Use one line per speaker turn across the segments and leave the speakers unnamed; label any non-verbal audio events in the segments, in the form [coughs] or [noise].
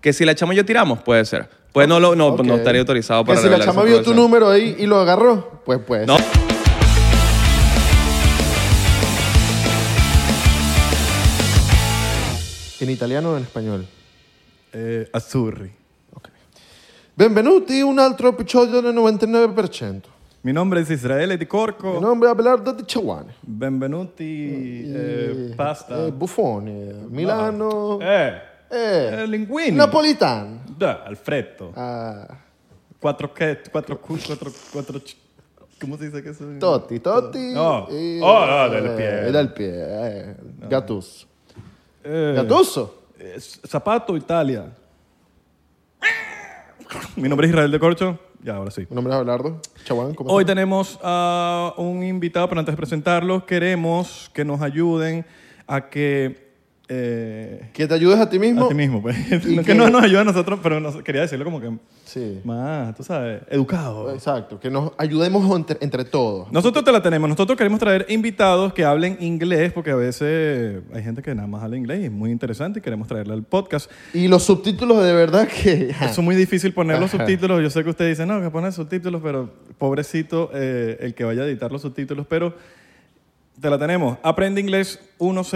Que si la chama y yo tiramos, puede ser. Pues no, lo, no,
Ok.
no estaría autorizado para
Que si la
revelar
chama
esa
vio tu
información.
número ahí y lo agarró, pues pues.
No.
¿En italiano o en español?
Eh, Azzurri.
Benvenuti, un altro episodio del 99%.
Mi nombre es Israele Di
Mi
Corco.
nombre es Abelardo Di Ciawane.
Benvenuti eh,
Eh,
pasta.
eh, Buffoni, eh, Milano.
eh,
eh,
eh, linguini.
Napolitano.
Da, Alfredo.
Ah,
Cuatro que, cuatro cu, cuatro, cuatro. ch- ¿Cómo se dice que eso?
Totti, Totti.
No.
eh,
Oh, no, Del Piero.
eh, del Piero, eh, Gattuso.
Eh,
Gattuso.
eh, zapato Italia. Mi nombre es Israel de Corcho. Ya, ahora sí.
Mi nombre es Abelardo. Chaguán, ¿cómo
Hoy
estás?
tenemos a un invitado, pero antes de presentarlo, queremos que nos ayuden a que. eh,
Que te ayudes a ti mismo.
a ti mismo, [laughs] pues.
¿Y
No,
qué?
que no nos ayuda a nosotros, pero nos- quería decirlo como que
Sí.
más, tú sabes, educado.
Exacto, que nos ayudemos entre, entre todos.
Nosotros te la tenemos. Nosotros queremos traer invitados que hablen inglés, porque a veces hay gente que nada más habla inglés y es muy interesante y queremos traerla al podcast.
Y los subtítulos de verdad que...
Eso es muy difícil poner los
Ajá.
subtítulos. Yo sé que usted dice, no, que ponen subtítulos, pero pobrecito eh, el que vaya a editar los subtítulos, pero te la tenemos.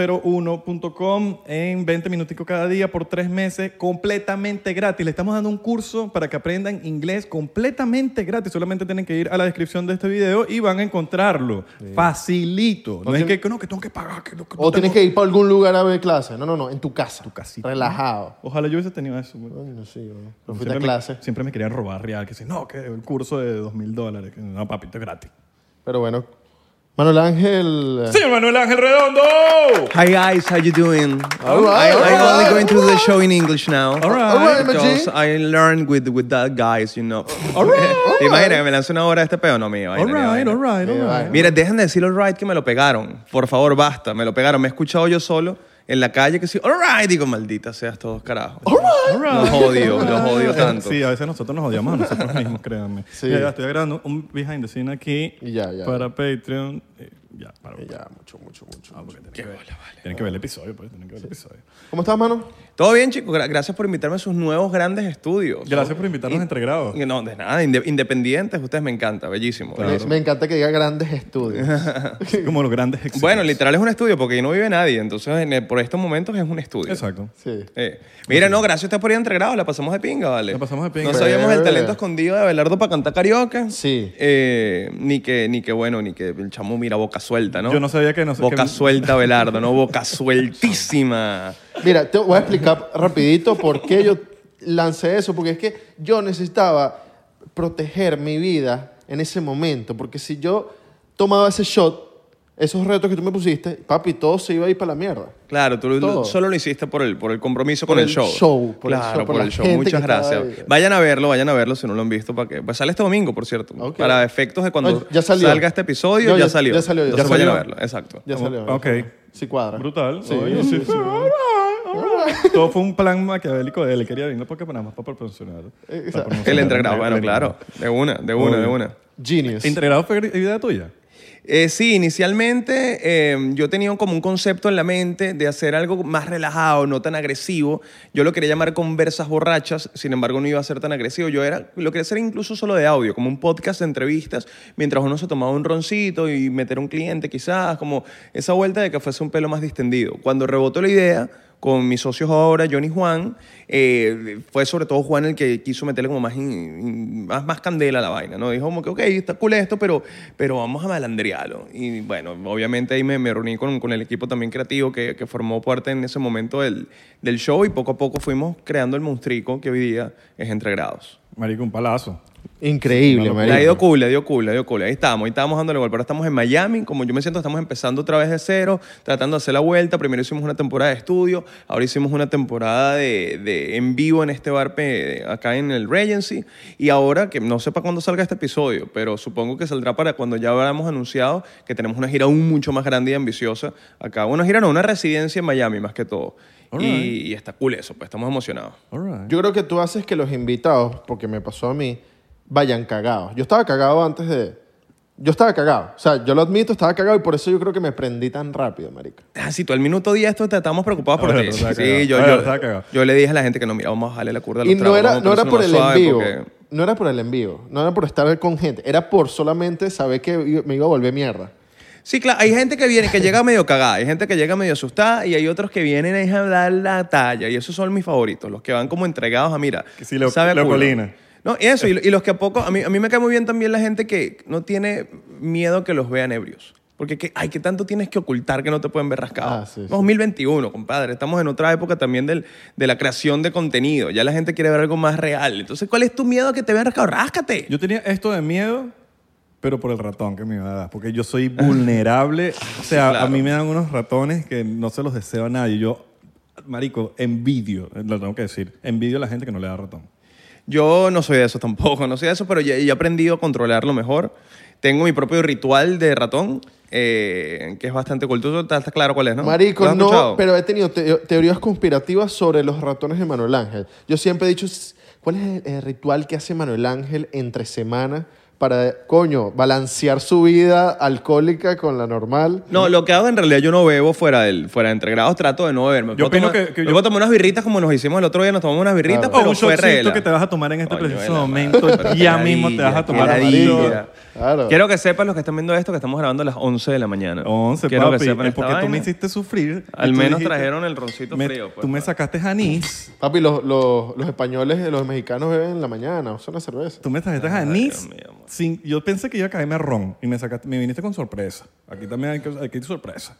Aprendeinglés101.com en 20 minuticos cada día por tres meses, completamente gratis. Le estamos dando un curso para que aprendan inglés completamente gratis. Solamente tienen que ir a la descripción de este video y van a encontrarlo. Facilito. No, es
tiene-
que, no, que tengo que pagar. Que, no- que no
O tienes
tengo-
que ir para algún lugar a ver clases. No, no, no, en tu casa.
Tu casita.
Relajado.
Ojalá yo hubiese tenido eso. güey.
Bueno, sí, bueno. Pero fuiste
Siempre
a
me,
clase.
siempre me querían robar real, que si no, que el curso de dos mil dólares. que No, papito, es gratis.
Pero bueno, Manuel Ángel...
¡Señor Manuel Ángel Redondo!
Hi guys, how you doing?
All
I,
right,
I'm
all right,
only going to do the show in English now.
All right.
All right,
Because
Maggi.
I learned with, with that guys, you know.
All right,
¿Te imaginas que me lanzó una hora este pedo? No, mi vaina,
all
mi vaina.
right, all right, all right.
Mira, dejen de decir all right que me lo pegaron. Por favor, basta. Me lo pegaron. Me he escuchado yo solo en la calle que sí, all right. Digo, maldita seas todos carajos.
All
Los
right.
odio,
All
los odio
right. Eh,
tanto.
Sí, a veces nosotros nos odiamos a nosotros
[laughs]
mismos, créanme.
Sí.
Mira, estoy grabando un behind the scene aquí
Y ya, ya.
para Patreon. Eh, Ya, para.
Ya, mucho, mucho, mucho.
Ah, porque tienen, que ver, tienen que ver el episodio, pues, tienen que ver el episodio.
¿Cómo estás, mano?
Todo bien, chicos. Gra- Gracias por invitarme a sus nuevos grandes estudios.
Gracias por invitarnos a [laughs] entregrado.
No, de nada. inde- Independientes, ustedes me encanta. Bellísimo. Eh,
Me, me encanta que diga grandes
[laughs]
estudios.
Como los grandes éxitos.
Bueno, literal es un estudio porque ahí no vive nadie. Entonces, en el- por estos momentos es un estudio.
Exacto.
Sí.
Eh, mira, no, gracias a usted por ir a entregrado. La pasamos de pinga, ¿vale?
La pasamos de pinga.
No sabíamos el
Chévere.
talento escondido de Abelardo para cantar karaoke.
Sí.
Eh, ni que, ni que bueno, ni que el chamo mira boca suelta, ¿no?
Yo no sabía que no-
Boca
que-
suelta, Abelardo,
[laughs]
¿no? Boca sueltísima.
Mira, te voy a explicar rapidito por qué yo lancé eso, porque es que yo necesitaba proteger mi vida en ese momento, porque si yo tomaba ese shot, esos retos que tú me pusiste, papi, todo se iba a ir para la mierda.
Claro, tú lo-
Todo.
solo lo hiciste por el, por el compromiso
Por
con el
el
show.
show, por el
claro,
show, por
por,
la
el show.
gente
Muchas
que estaba
gracias.
ahí.
Vayan a verlo, vayan a verlo si no lo han visto. Para que, pues sale este domingo, por cierto.
Ok.
Para efectos de cuando
No, ya salió.
salga este episodio,
No,
ya,
ya-
salió.
ya salió, ya
Entonces
salió.
vayan a verlo, exacto.
Ya salió.
Ok.
Sí cuadra.
Brutal.
Sí.
Oye, sí, sí. Todo fue un plan maquiavélico de él. Quería venir porque nada más para proporcionar.
Exacto.
El entregrado, bueno, claro. De una, de una, de
Obvio.
una.
Genius.
¿Integrado fue idea tuya?
Eh, sí, inicialmente eh, yo tenía como un concepto en la mente de hacer algo más relajado, no tan agresivo. Yo lo quería llamar conversas borrachas, sin embargo no iba a ser tan agresivo. Yo era, lo quería hacer incluso solo de audio, como un podcast de entrevistas, mientras uno se tomaba un roncito y meter un cliente quizás, como esa vuelta de que fuese un pelo más distendido. Cuando rebotó la idea con mis socios ahora, John y Juan, eh, fue sobre todo Juan el que quiso meterle como más, in- in- más, más candela a la vaina, ¿no? Dijo como que, ok, está cool esto, pero, pero vamos a malandrearlo. Y bueno, obviamente ahí me, me reuní con, con el equipo también creativo que, que formó parte en ese momento del, del show y poco a poco fuimos creando el monstrico que hoy día es Entregrados.
Marico, un palazo.
Increíble,
Le ha
marico.
ido cool, le ha ido cool, le ha ido cool. Ahí estamos, ahí estamos dándole golpe. Ahora estamos en Miami, como yo me siento, estamos empezando otra vez de cero, tratando de hacer la vuelta. Primero hicimos una temporada de estudio, ahora hicimos una temporada de, de en vivo en este bar pe- acá en el Regency. Y ahora, que no sé para cuándo salga este episodio, pero supongo que saldrá para cuando ya habramos anunciado que tenemos una gira aún mucho más grande y ambiciosa acá. Una gira, no, una residencia en Miami más que todo.
All
Y,
right.
y está cool eso, pues estamos emocionados.
All right.
Yo creo que tú haces que los invitados, porque me pasó a mí, vayan cagados. Yo estaba cagado antes de, Yo estaba cagado. O sea, yo lo admito, estaba cagado y por eso yo creo que me prendí tan rápido, marica.
Ah, si tú al minuto 10 esto, te- estamos preocupados por
Bueno,
ti.
pero estaba
Sí,
cagado.
yo,
Bueno,
yo-
estaba cagado.
yo le dije a la gente que no, mira, vamos a bajarle la curva a los
Y no
tragos,
era,
vamos a
no era
ponerse
por
más suave
el envío.
porque-
No era por el envío. No era por estar con gente. Era por solamente saber que i- me iba a volver mierda.
Sí, claro, hay gente que viene, que llega medio cagada, hay gente que llega medio asustada y hay otros que vienen ahí a dar la talla y esos son mis favoritos, los que van como entregados a, mira,
Que sí, lo-
sabe a
lo
culo.
colina.
No, y eso, y, y los que a poco, a mí, a mí me cae muy bien también la gente que no tiene miedo que los vean ebrios. Porque, que, ay, ¿qué tanto tienes que ocultar que no te pueden ver rascado?
Ah, sí, sí.
2021, compadre. Estamos en otra época también del- de la creación de contenido. Ya la gente quiere ver algo más real. Entonces, ¿cuál es tu miedo a que te vean rascado? ¡Ráscate!
Yo tenía esto de miedo, pero por el ratón que me iba a dar, porque yo soy
[laughs]
vulnerable. o sea,
claro.
a mí me dan unos ratones que no se los deseo a nadie. Yo, marico, envidio, lo tengo que decir, envidio a la gente que no le da ratón.
Yo no soy de eso tampoco, no soy de eso, pero ya, ya he aprendido a controlarlo mejor. Tengo mi propio ritual de ratón, eh, que es bastante cultural. ¿Estás estás claro cuál es, no? ¿Lo
Marico,
has
no,
escuchado?
pero he tenido te- teorías conspirativas sobre los ratones de Manuel Ángel. Yo siempre he dicho, "S- ¿cuál es el, el ritual que hace Manuel Ángel entre semana para, coño, balancear su vida alcohólica con la normal?
No, lo que hago en realidad yo no bebo fuera del fuera de entregrados, trato de no beberme.
Yo
Puedo
opino
tomar-
que- que
me
yo-
puedo tomar unas birritas como nos hicimos el otro día, nos tomamos unas birritas,
Claro.
pero
o Oh, un
fue
shotcito
rela.
que te vas a tomar en este
Coño,
preciso
vela,
momento.
madre, pero qué
ya mismo te
ladilla,
vas a
qué
tomar
ladilla.
amarillo.
Claro.
Quiero que sepan los que están viendo esto que estamos grabando a las 11 de la mañana.
11,
Quiero
papi,
que sepan
es
esta
porque tú
vaina.
me hiciste sufrir. y
Al
tú
menos
dijiste,
trajeron el roncito
me-
frío. pues,
Tú me
padre.
sacaste anís.
Papi, los, los, los españoles, los mexicanos beben en la mañana, usan la cerveza.
Tú me trajiste
Dios
anís.
mío, amor.
sin, yo pensé que iba a caerme a ron y me, sacaste, me viniste con sorpresa. Aquí también hay, que- aquí hay sorpresa.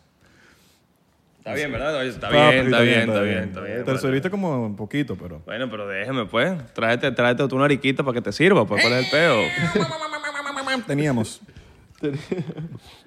Está bien, ¿verdad? Está
Ah,
bien,
pero
está bien, está bien, está
Te lo
bien.
serviste como un poquito,
[laughs]
pero.
Bueno, pero déjeme, pues. Tráete, tráete tú una ariquita para que te sirva, pues. ¿Cuál es
¡Eh!
el peo?
Teníamos. ¿Qué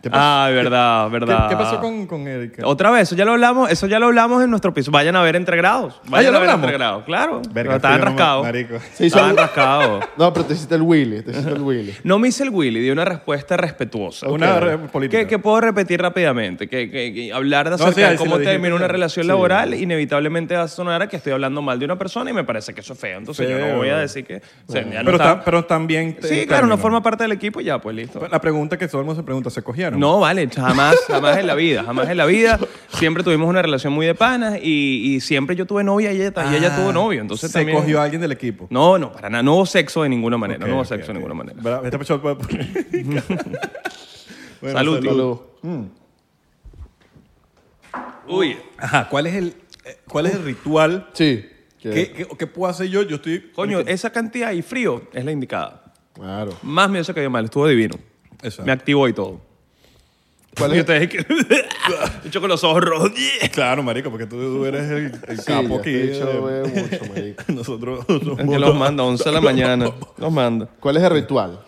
pasó?
Ah, verdad, verdad.
¿Qué, qué pasó con, con Erika?
Otra vez, eso ya lo hablamos, eso ya lo hablamos en nuestro piso. Vayan a ver entregrados. Vayan
Ah, ya lo
a ver
hablamos.
entregrados, claro.
Verga,
Estaban
estoy
rascados.
marico.
Se hizo
Estaban
el-
[laughs]
rascados.
No, pero te hiciste el Willy, te hiciste el Willy.
No me hice el Willy, di una respuesta respetuosa.
Una re- política.
Que, que puedo repetir rápidamente, que, que- que hablar de
No,
acerca
sí, ahí
de
sí
cómo
lo dijiste,
termina una
ya.
relación
Sí.
laboral, inevitablemente va a sonar a que estoy hablando mal de una persona y me parece que eso es feo. Entonces yo no
Feo.
voy a decir que... o sea, ya no
pero,
está-
tam- pero también. te-
sí, claro, no
terminó.
forma parte del equipo y ya, pues listo.
La pregunta que todo el mundo se pregunta: ¿se cogieron?
No, vale, jamás, jamás en la vida, jamás en la vida. Siempre tuvimos una relación muy de panas y, y siempre yo tuve novia y ella, ta- y ella tuvo novio. Entonces
Ah, se
también...
cogió a alguien del equipo.
No, no, para nada. No hubo sexo de ninguna manera.
Ok,
no hubo
ok,
sexo de
ok.
ninguna manera.
Bravo, este shot va-
[laughs]
Bueno,
Salud,
Salud.
Uy,
Ajá, ¿cuál es el, eh, cuál es el ritual?
Sí. que-
¿Qué, qué, qué puedo hacer yo? Yo estoy...
coño, esa cantidad y frío es la indicada.
Claro.
Más miedo se cayó mal, estuvo divino.
Exacto.
Me activó y todo. [laughs]
¿Cuál
Y
es?
ustedes que... [laughs] Yo con los ojos rojos.
Claro, marico, porque tú eres el, el
Sí,
[laughs] capo
ya
aquí.
este bicho
eh,
bebe mucho, marico.
[laughs] Nosotros...
Que [laughs] los manda a 11 de la mañana. Los manda.
¿Cuál es el ritual?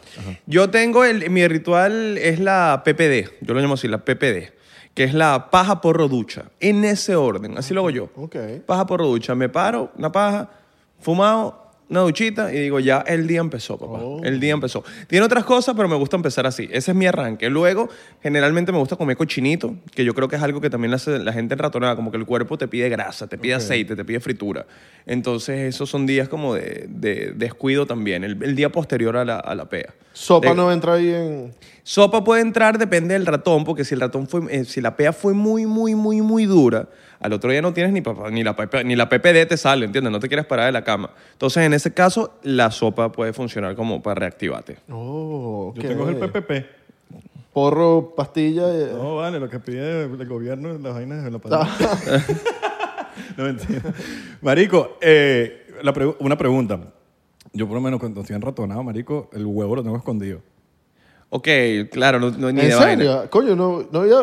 Yo tengo el, mi ritual es la PPD, yo lo llamo así, la PPD, que es la paja porro ducha, en ese orden, así lo hago yo.
Ok.
Paja porro ducha, me paro, una paja, fumado, una duchita y digo, ya el día empezó, papá. El día empezó. Tiene otras cosas, pero me gusta empezar así. Ese es mi arranque. Luego, generalmente me gusta comer cochinito, que yo creo que es algo que también la, hace la gente en ratonada, como que el cuerpo te pide grasa, te pide aceite, te pide fritura. Entonces, esos son días como de, de descuido también, el, el día posterior a la, a la pea.
Sopa
Eh,
De-
no entra ahí en...
Sopa puede entrar, depende del ratón, porque si el ratón fue, eh, si la pea fue muy, muy, muy, muy dura, al otro día no tienes ni papá, ni la PP ni la PPD te sale, ¿entiendes? No te quieres parar de la cama. Entonces, en ese caso, la sopa puede funcionar como para reactivarte.
Oh,
Yo tengo el PPP.
Porro, pastilla. eh. y-
No, vale, lo que pide el gobierno es las vainas de la
Ah,
pandemia. [laughs] no mentira. Marico, eh, la pregu- una pregunta. Yo por lo menos cuando estoy enratonado, marico, el huevo lo tengo escondido.
Ok, claro, no, no- ni
¿En
de
serio?
vaina.
Coño, no, no había...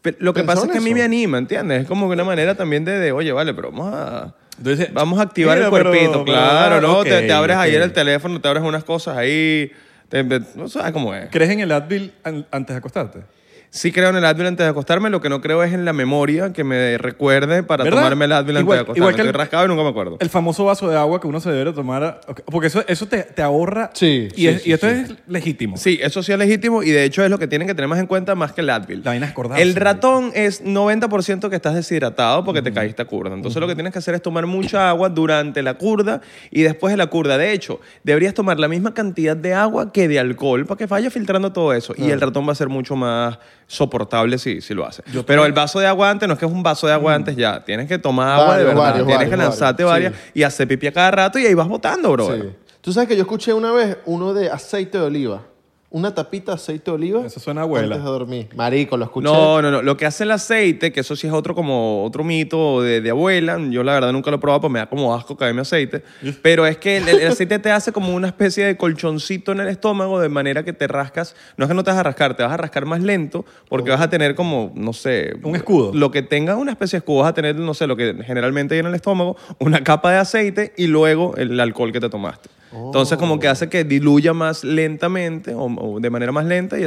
Pero lo que
¿Pensó
pasa es
en
que a mí
eso?
me anima, ¿entiendes? Es como que una manera también de, de, oye, vale, pero vamos a...
Entonces,
Vamos a activar el
mira, pero-
cuerpito,
pero-
claro, ¿no? Te- te,
ok,
abres ahí
ok.
en el teléfono, te abres unas cosas ahí, te- no sabes cómo es.
¿Crees en el Advil an- antes de acostarte?
Sí creo en el Advil antes de acostarme, lo que no creo es en la memoria que me recuerde para
¿Verdad?
tomarme el Advil antes
Igual-
de acostarme.
igual que el-
Estoy rascado y nunca me acuerdo.
El famoso vaso de agua que uno se debe tomar, ok, porque eso, eso te, te ahorra
Sí,
y,
sí,
es-
sí,
y esto
sí.
es legítimo.
Sí, eso sí es legítimo y de hecho es lo que tienen que tener más en cuenta más que el Advil.
La vaina es acordarse.
El ratón es 90% que estás deshidratado porque te caíste a curda. Entonces lo que tienes que hacer es tomar mucha agua durante la curda y después de la curda. De hecho, deberías tomar la misma cantidad de agua que de alcohol para que vaya filtrando todo eso. Y el ratón va a ser mucho más soportable si, si lo hace. Pero el vaso de agua antes no es que es un vaso de agua antes ya. Tienes que tomar agua de
Mm. Varios,
verdad.
varios,
tienes que
varios,
lanzarte
varios,
varias y hacer pipi a cada rato y ahí vas botando, bro.
Sí. Tú sabes que yo escuché una vez uno de aceite de oliva. Una tapita de aceite de oliva.
Eso suena a abuela.
Antes de dormir. Marico, lo escuché.
No, no, no. Lo que hace el aceite, que eso sí es otro como otro mito de, de abuela. Yo la verdad nunca lo he probado, pues me da como asco caerme
[laughs]
aceite. Pero es que el, el aceite te hace como una especie de colchoncito en el estómago, de manera que te rascas. No es que no te vas a rascar, te vas a rascar más lento, porque vas a tener como, no sé.
Un escudo.
Lo que tenga una especie de escudo, vas a tener, no sé, lo que generalmente hay en el estómago, una capa de aceite y luego el alcohol que te tomaste. Entonces, como
Oh.
que hace que diluya más lentamente o, o de manera más lenta y
Oh.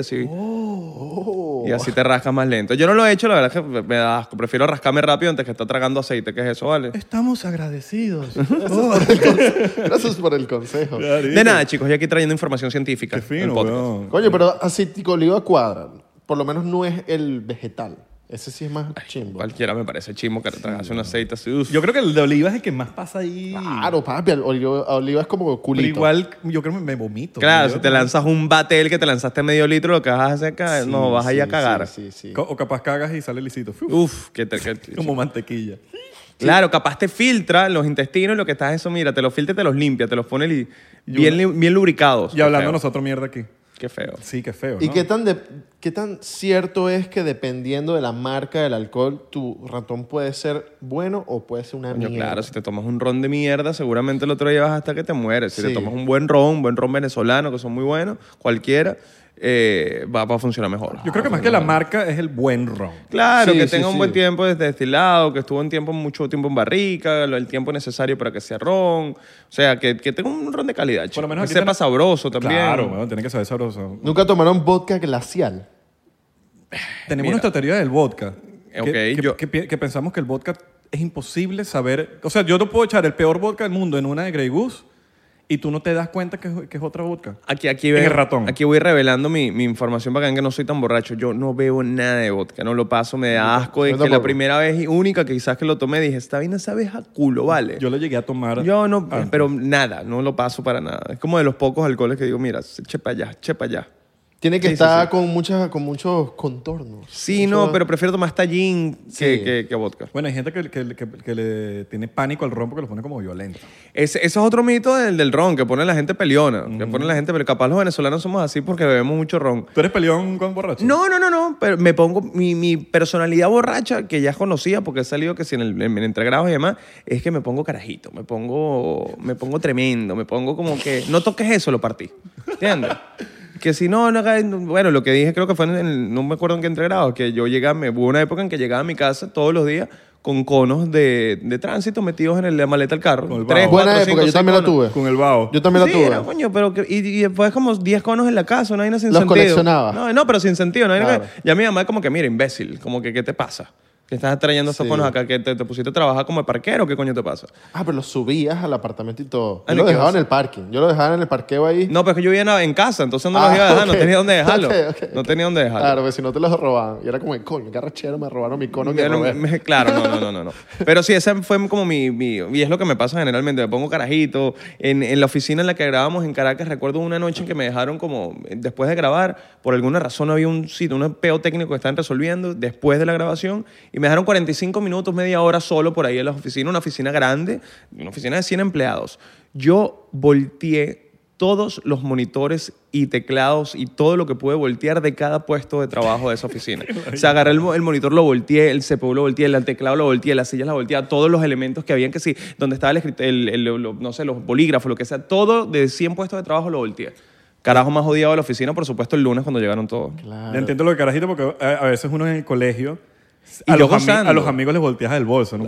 así. Y así te rascas más lento. Yo no lo he hecho, la verdad es que me da asco. Prefiero rascarme rápido antes que estar tragando aceite, que es eso, ¿vale?
Estamos [laughs] agradecidos.
[laughs]
Oh.
Gracias por el consejo.
De nada, chicos, yo aquí trayendo información científica.
Qué
al
fino,
podcast.
weón.
Coño, pero aceite de oliva cuadra. Por lo menos no es el vegetal. Ese sí es más chimbo.
Cualquiera me parece chimo que te tragase un aceite así. uf.
Yo creo que el de oliva es el que más pasa ahí.
Claro, papi. el Oliva, oliva es como
Pero
culito.
igual, yo creo que me vomito.
claro,
Yo-
si te lanzas un batel que te lanzaste medio litro, lo que vas a hacer acá,
Sí,
no, vas ahí a
sí,
cagar.
Sí, sí, sí.
Co- O capaz cagas y sale lisito. Fiu,
Uf, que te... que-
[laughs] Como mantequilla.
Claro, capaz te filtra los intestinos y lo que estás eso, mira, te los filtra y te los limpia, te los pone li- bien, li- bien lubricados.
Y hablando
Qué feo.
nosotros mierda aquí.
Qué feo.
Sí, qué feo.
¿Y
¿no?
qué tan, de- qué tan cierto es que dependiendo de la marca del alcohol, tu ratón puede ser bueno o puede ser una
Coño,
mierda?
claro, si te tomas un ron de mierda, seguramente el otro día vas hasta que te mueres. Si te
Sí.
tomas un buen ron, un buen ron venezolano, que son muy buenos, cualquiera, eh, va, va a funcionar mejor.
Yo creo que más que la marca es el buen ron.
Claro,
Sí,
que
sí,
tenga un
sí.
buen tiempo desde destilado, que estuvo un tiempo, mucho tiempo en barrica, lo- el tiempo necesario para que sea ron. O sea, que, que tenga un ron de calidad, chico. que
menos aquí
sepa
tenemos-
sabroso también.
Claro, weón, tiene que saber sabroso.
¿Nunca tomaron vodka glacial?
Tenemos
Mira.
nuestra teoría del vodka.
Eh,
que,
ok,
que-
yo-
que pi- que pensamos que el vodka es imposible saber. O sea, yo te puedo echar el peor vodka del mundo en una de Grey Goose y tú no te das cuenta que es, que es otra vodka.
Aquí, aquí,
En
ven-
el ratón.
aquí voy revelando mi, mi información para que vean que no soy tan borracho. Yo no bebo nada de vodka, no lo paso, me da asco.
yo
Es que la
tampoco.
primera vez y única que quizás que lo tomé, dije, esta vaina sabe a culo, ¿vale?
Yo lo llegué a tomar.
Yo no,
Ah.
pero nada, no lo paso para nada. Es como de los pocos alcoholes que digo, mira, chepa allá, chepa allá.
Tiene
Sí,
que
sí,
estar
sí.
Con, muchas, con muchos contornos.
Sí,
Mucho-
no, pero prefiero tomar hasta gin que,
Sí.
que- que vodka.
Bueno, hay gente que, que- que- que le tiene pánico al ron porque lo pone como violento.
Ese, ese es otro mito del, del ron, que pone la gente peleona. Que pone la gente, pero capaz los venezolanos somos así porque bebemos mucho ron.
¿Tú eres peleón con borracho?
No, no, no, no, pero me pongo mi, mi personalidad borracha, que ya conocía porque he salido que si en, el, en entregrados y demás, es que me pongo carajito, me pongo, me pongo tremendo, me pongo como que no toques eso, lo partí.
[laughs]
¿Entiendes? que si no, no hagas- bueno, lo que dije creo que fue en, el- no me acuerdo en qué entregrados, que yo llegaba, me, hubo una época en que llegaba a mi casa todos los días con conos de, de tránsito metidos en el- la maleta del carro.
Con el
Tres,
vaho.
Buena
cuatro,
época,
cinco,
yo
seis
también la
conos.
tuve.
Con el vaho.
Yo también la
Sí,
tuve.
no, coño, pero que- y, y después como 10 conos en la casa, no hay nada sin
Los
sentido.
coleccionaba.
No, no, pero sin sentido. No hay nada que-
Claro.
ya mi mamá es como que, mira, imbécil, como que, ¿qué te pasa? Que estás trayendo estos
Sí.
conos acá, que te, te pusiste a trabajar como de parquero, ¿qué coño te pasa?
Ah, pero lo subías al apartamento y todo.
Ah,
Yo
¿no?
lo
¿Qué
dejaba
vas?
en el parking. Yo lo dejaba en el parqueo ahí.
No, pero es que yo vivía en- en casa, entonces no los
Ah,
iba a dejar,
ok.
no tenía dónde dejarlo.
Ok, ok.
No tenía dónde dejarlo.
Claro, porque si no te los robaban. Y era como, coño, qué arrechero, me robaron mi cono que
Yo no
robé.
me- me- claro, no, no, no, no, no. Pero sí, esa fue como mi, mi- Y es lo que me pasa generalmente. Me pongo carajito. En, en la oficina en la que grabábamos en Caracas, recuerdo una noche en que me dejaron como... eh, Después de grabar, por alguna razón había un sitio, un peo técnico que estaban resolviendo después de la grabación. Y me dejaron 45 minutos, media hora solo por ahí en la oficina. Una oficina grande, una oficina de 100 empleados. Yo volteé todos los monitores y teclados y todo lo que pude voltear de cada puesto de trabajo de esa oficina. o sea, agarré el, mo- el monitor, lo volteé, el CPU lo volteé, el teclado lo volteé, las sillas las volteé, todos los elementos que habían que sí, donde estaba el, escrit- el- el- lo- no sé, los bolígrafos, lo que sea, todo de 100 puestos de trabajo lo volteé. Carajo más odiado de la oficina, por supuesto, el lunes cuando llegaron todos.
Claro.
Ya entiendo lo que carajito porque a, a veces uno en el colegio
Y
a,
yo
los ami-
gozando.
a los amigos les volteas el bolso. ¿no?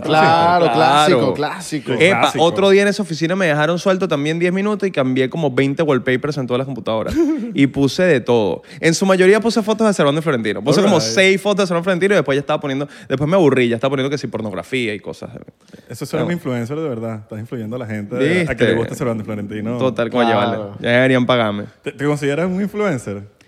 Claro.
Claro,
Eh,
clásico, clásico.
Sí.
Epa,
Clásico.
otro día en esa oficina me dejaron suelto también 10 minutos y cambié como 20 wallpapers en todas las
[laughs]
computadoras. y puse de todo. En su mayoría puse fotos de Servando Florentino. Puse como
Alright.
6 fotos de Servando Florentino y después ya estaba poniendo, después me aburrí, ya estaba poniendo que sí, pornografía y cosas.
Eso
Eh,
suena un influencer de verdad. Estás influyendo a la gente a que
¿Viste?
le gusta Cervantes Florentino.
Total, coño,
Claro.
vale. Ya deberían pagarme.
¿Te, te consideras un influencer?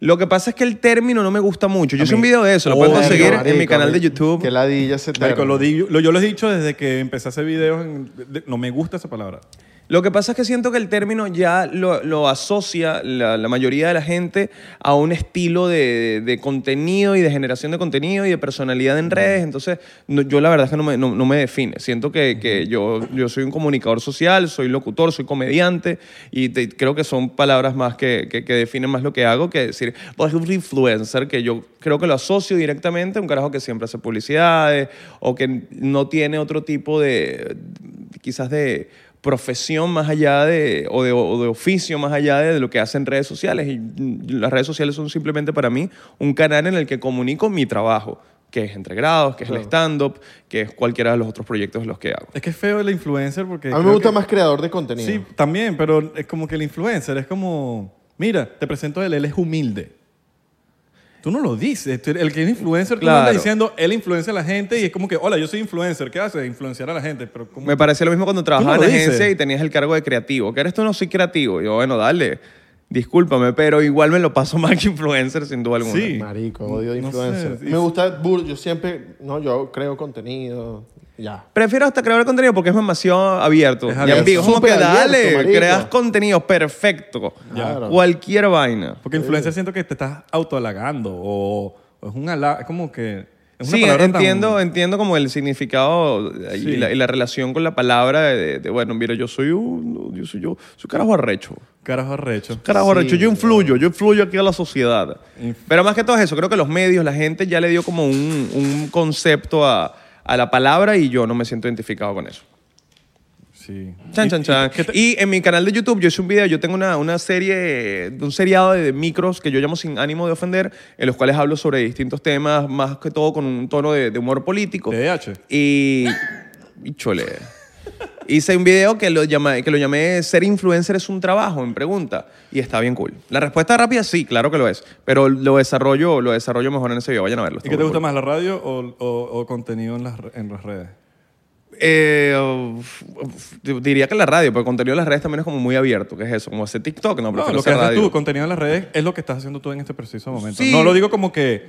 Lo que pasa es que el término no me gusta mucho. Yo
A
hice
mí-
un video de eso, lo pueden
Verga,
conseguir en mi
Oh, marico,
canal de
marico.
YouTube.
Que ladilla se te.
Marico, lo di- lo- yo lo he dicho desde que empecé a hacer videos. en- de- no me gusta esa palabra.
Lo que pasa es que siento que el término ya lo, lo asocia la, la mayoría de la gente a un estilo de, de contenido y de generación de contenido y de personalidad en redes. Entonces, no- yo la verdad es que no me, no, no me define. Siento que, que yo, yo soy un comunicador social, soy locutor, soy comediante y te- creo que son palabras más que, que, que definen más lo que hago que decir, pues es un influencer, que yo creo que lo asocio directamente a un carajo que siempre hace publicidades o que no tiene otro tipo de, quizás de profesión más allá de, o de, o de oficio más allá de lo que hacen redes sociales. Y mm, las redes sociales son simplemente para mí un canal en el que comunico mi trabajo, que es entre grados, que es el stand-up, que es cualquiera de los otros proyectos de los que hago.
Es que es feo el influencer porque.
A mí me
creo
gusta
que-
más creador de contenido.
Sí, también, pero es como que el influencer es como. Mira, te presento a él, él es humilde. Tú no lo dices. tú- El que es influencer, tú lo andas
Claro.
diciendo, él influencia a la gente y es como que, hola, yo soy influencer. ¿Qué haces? Influenciar a la gente. Pero ¿cómo?
Me parecía lo mismo cuando
no
trabajaba
lo
en
dices.
agencia y tenías el cargo de creativo. Que eres tú no soy creativo. Yo, bueno, dale, discúlpame, pero igual me lo paso [laughs] mal que influencer, sin duda alguna.
Sí.
Marico, odio
No
influencer.
sé,
Me gusta, bur- yo siempre, no, yo creo contenido, ya.
Prefiero hasta crear contenido porque es demasiado abierto.
Es
y
abierto.
ambiguo. Es como que
Súper abierto,
dale,
marico.
creas contenido perfecto.
Claro.
Cualquier vaina.
Porque influencer siento que te estás autohalagando o, o es un halago, es como que... Es una
Sí,
palabra tan-
entiendo, entiendo como el significado eh, y,
Sí.
la, y la relación con la palabra de, de- de, bueno, mira, yo soy un, yo soy yo, soy un carajo arrecho.
Carajo arrecho.
Carajo
Sí,
arrecho, yo influyo, yo influyo aquí a la sociedad.
Inf-
Pero más que todo eso, creo que los medios, la gente ya le dio como un, un concepto a, a la palabra y yo no me siento identificado con eso.
Sí.
Chan, chan, chan.
¿qué te-
Y en mi canal de YouTube yo hice un video, yo tengo una, una serie, un seriado de micros que yo llamo sin ánimo de ofender, en los cuales hablo sobre distintos temas, más que todo con un tono de, de humor político.
TDAH.
Y... y chole. Hice un video que lo, llamé, que lo llamé Ser influencer es un trabajo, en pregunta. Y está bien cool. La respuesta rápida, sí, claro que lo es. Pero lo desarrollo, lo desarrollo mejor en ese video. Vayan a verlo. está
¿Y qué te
muy
gusta
cool.
más, la radio o, o- o contenido en las, re- en las redes?
Eh, uf, uf, diría que la radio, porque el contenido de las redes también es como muy abierto, que es eso, como hacer TikTok, no,
No,
prefiero
lo que
hacer
haces
radio.
tú, contenido en las redes, es lo que estás haciendo tú en este preciso momento.
Sí.
No lo digo como que...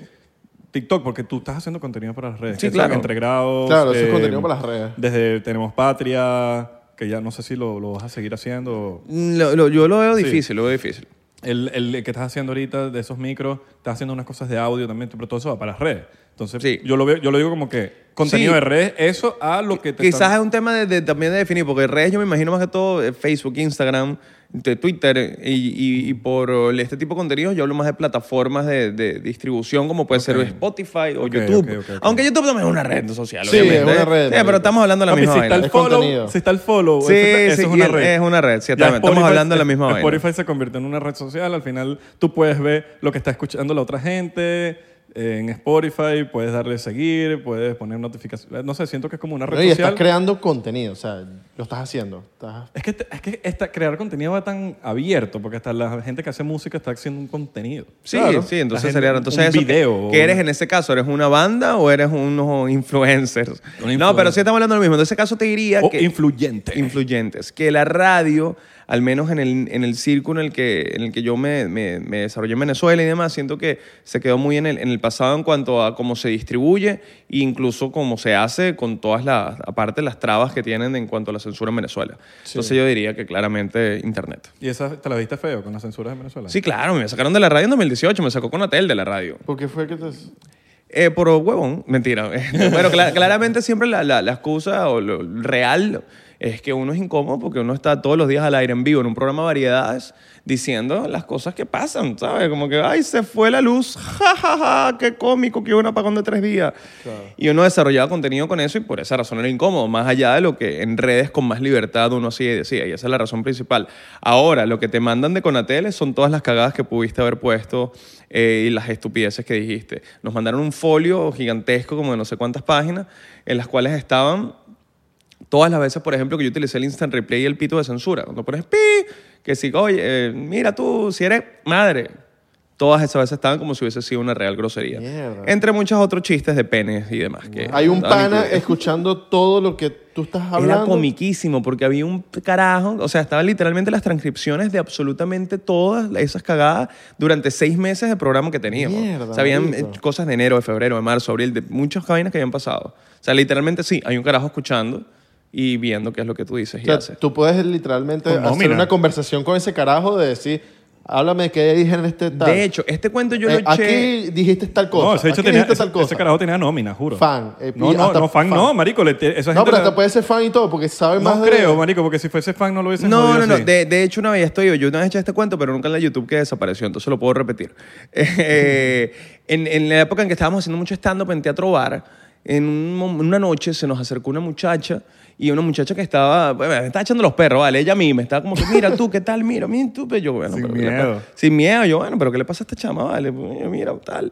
TikTok, porque tú estás haciendo contenido para las redes.
Sí,
que
claro.
Entre grados. eh,
Claro, eso es contenido para las redes.
Desde Tenemos Patria, que ya no sé si lo, lo vas a seguir haciendo.
Lo- lo- yo lo veo difícil, lo veo difícil.
El, el que estás haciendo ahorita de esos micros, estás haciendo unas cosas de audio también, pero todo eso va para las redes. Entonces,
Sí.
yo, lo veo, yo lo digo como que contenido
Sí.
de redes, eso a lo que te
Quizás es
están-
un tema de, de- también de definir, porque redes yo me imagino más que todo eh, Facebook, Instagram, de Twitter eh, y, y- y por eh, este tipo de contenidos yo hablo más de plataformas de, de distribución como puede ser Spotify o
Ok,
YouTube.
ok, ok, ok.
Aunque YouTube también es una red social,
Sí,
obviamente.
es una
¿eh?
red,
Sí,
marico.
pero estamos hablando de la
Papi,
misma
si está,
vaina.
el
Es
follow,
contenido.
si está el follow,
Sí,
eso, eso
sí,
es una
y
red.
es una red, sí,
Ya
exactamente. Estamos
Spotify-
hablando de la misma
Spotify
vaina.
se convirtió en una red social, al final tú puedes ver lo que está escuchando la otra gente eh, en Spotify, puedes darle seguir, puedes poner notificaciones. No sé, siento que es como una red
No, y
social.
estás creando contenido, o sea, lo estás haciendo. Estás...
Es que, te- es que esta- crear contenido va tan abierto, porque hasta la gente que hace música está haciendo un contenido.
Sí,
Claro.
sí, entonces
Hacen
sería entonces
un
eso,
video.
¿qué- ¿Qué eres en ese caso? ¿Eres una banda o eres unos influencers?
Un influencer.
No, pero sí estamos hablando de lo mismo. En ese caso te diría
O
que...
influyente.
influyentes. Que la radio, al menos en el, en el círculo en el que, en el que yo me, me- me desarrollé en Venezuela y demás, siento que se quedó muy en el, en el pasado en cuanto a cómo se distribuye e incluso cómo se hace con todas las, aparte las trabas que tienen en cuanto a la censura en Venezuela. Entonces yo diría que claramente Internet.
¿Y esa te la viste feo con las censuras en Venezuela?
Sí, claro, me sacaron de la radio en 2018, me sacó con Atel de la radio.
¿Por qué fue que te...?
Eh, por [laughs] huevón, mentira. Bueno, cla- claramente siempre la, la- la excusa o lo real es que uno es incómodo porque uno está todos los días al aire en vivo en un programa de variedades diciendo las cosas que pasan, ¿sabes? Como que, ay, se fue la luz, [laughs] ja, ja, ja, qué cómico, que hubo un apagón de tres días. Y uno desarrollaba contenido con eso y por esa razón era incómodo, más allá de lo que en redes con más libertad uno hacía y decía, y esa es la razón principal. Ahora, lo que te mandan de Conatele son todas las cagadas que pudiste haber puesto eh, y las estupideces que dijiste. Nos mandaron un folio gigantesco, como de no sé cuántas páginas, en las cuales estaban todas las veces, por ejemplo, que yo utilicé el instant replay y el pito de censura. Cuando pones pi, que si, oye, eh, mira tú, si eres madre. Todas esas veces estaban como si hubiese sido una real grosería.
Mierda.
Entre muchos otros chistes de penes y demás. Que
Hay un
estaban
pana
incluidos.
escuchando todo lo que tú estás
Era
hablando.
comiquísimo porque había un carajo, o sea, estaban literalmente las transcripciones de absolutamente todas esas cagadas durante seis meses de programa que teníamos.
Mierda,
o sea, habían
marico.
eh, cosas de enero, de febrero, de marzo, abril, de muchas vainas que habían pasado. O sea, literalmente sí, hay un carajo escuchando y viendo qué es lo que tú dices
O
y
sea,
haces.
tú puedes literalmente
Con
hacer
nómina.
una conversación con ese carajo de decir, háblame de qué dije en este tal.
De hecho, este cuento yo
Eh,
lo eché...
aquí dijiste tal cosa.
No, ese, hecho
aquí
tenía,
dijiste
ese,
tal cosa.
ese carajo tenía nómina, juro.
Fan, eh,
no,
y
no,
hasta
no, fan,
fan.
no, marico. le- te- esa
no,
gente
pero
la-
hasta puede ser fan y todo, porque sabe más
No
de-
creo, marico, porque si fuese fan no lo hubiese
No, no,
jodido
no.
así.
De, de hecho, una vez ya estoy. Yo una vez eché este cuento, pero nunca en la YouTube que desapareció, entonces lo puedo repetir. [laughs] Eh, en, en la época en que estábamos haciendo mucho stand-up en Teatro Bar, en un mom- una noche se nos acercó una muchacha y una muchacha que estaba, bueno, me estaba echando los perros, ¿vale? Ella a mí me estaba como que, mira tú, ¿qué tal? Mira, mira tú. Pero yo, bueno,
Sin
pero ¿qué le
miedo.
pasa? Sin miedo. Yo, bueno, pero ¿qué le pasa a esta chama? Vale, Pues, mira, tal.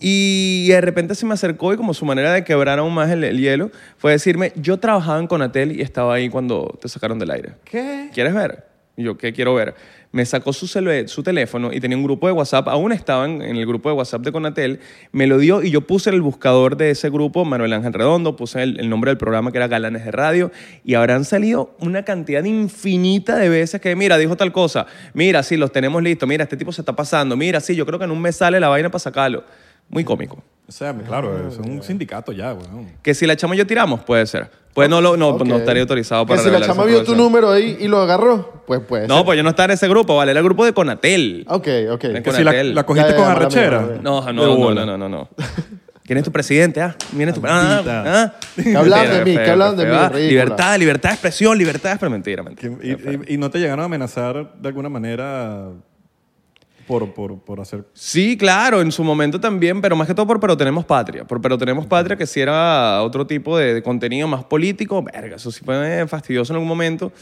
Y de repente se me acercó y como su manera de quebrar aún más el, el hielo fue decirme, yo trabajaba en Conatel y estaba ahí cuando te sacaron del aire.
¿Qué?
¿Quieres ver? Y yo, ¿qué quiero ver? Me sacó su, celu- su teléfono y tenía un grupo de WhatsApp, aún estaban en el grupo de WhatsApp de Conatel, me lo dio y yo puse en el buscador de ese grupo, Manuel Ángel Redondo, puse el, el nombre del programa que era Galanes de Radio y habrán salido una cantidad infinita de veces que, mira, dijo tal cosa, mira, sí, los tenemos listos, mira, este tipo se está pasando, mira, sí, yo creo que en un mes sale la vaina para sacarlo. Muy cómico.
O sea, claro, es un sindicato ya, weón.
Que si la chama y yo tiramos, puede ser. Pues no, lo- no,
Ok.
no estaría autorizado para
Que si la
revelar
chama
esa
vio tu
información.
número ahí y lo agarró, pues pues.
No, pues yo no estaba en ese grupo, ¿vale? Era el grupo de Conatel.
Ok, ok.
Ven
Que
con
si la,
aquel.
la cogiste
Ya, ya,
con
mala mía,
arrechera.
mala mía.
No, no,
De
no,
bola.
no, no, no, no. [laughs] ¿Quién es tu presidente? Ah, ¿quién es tu presidente?
Maldita.
Ah, ah.
Que hablan de
Mentira,
mí,
qué
que
feo,
hablan
qué
de
feo.
mí,
Ah,
ridícula.
Libertad, libertad de expresión, libertad, pero mentira,
Que-
mentira.
Y, y- y no te llegaron a amenazar de alguna manera por, por, por hacer...
Sí, claro, en su momento también, pero más que todo por Pero Tenemos Patria. Por Pero Tenemos Patria, que si era otro tipo de, de contenido más político, verga, eso sí fue fastidioso en algún momento.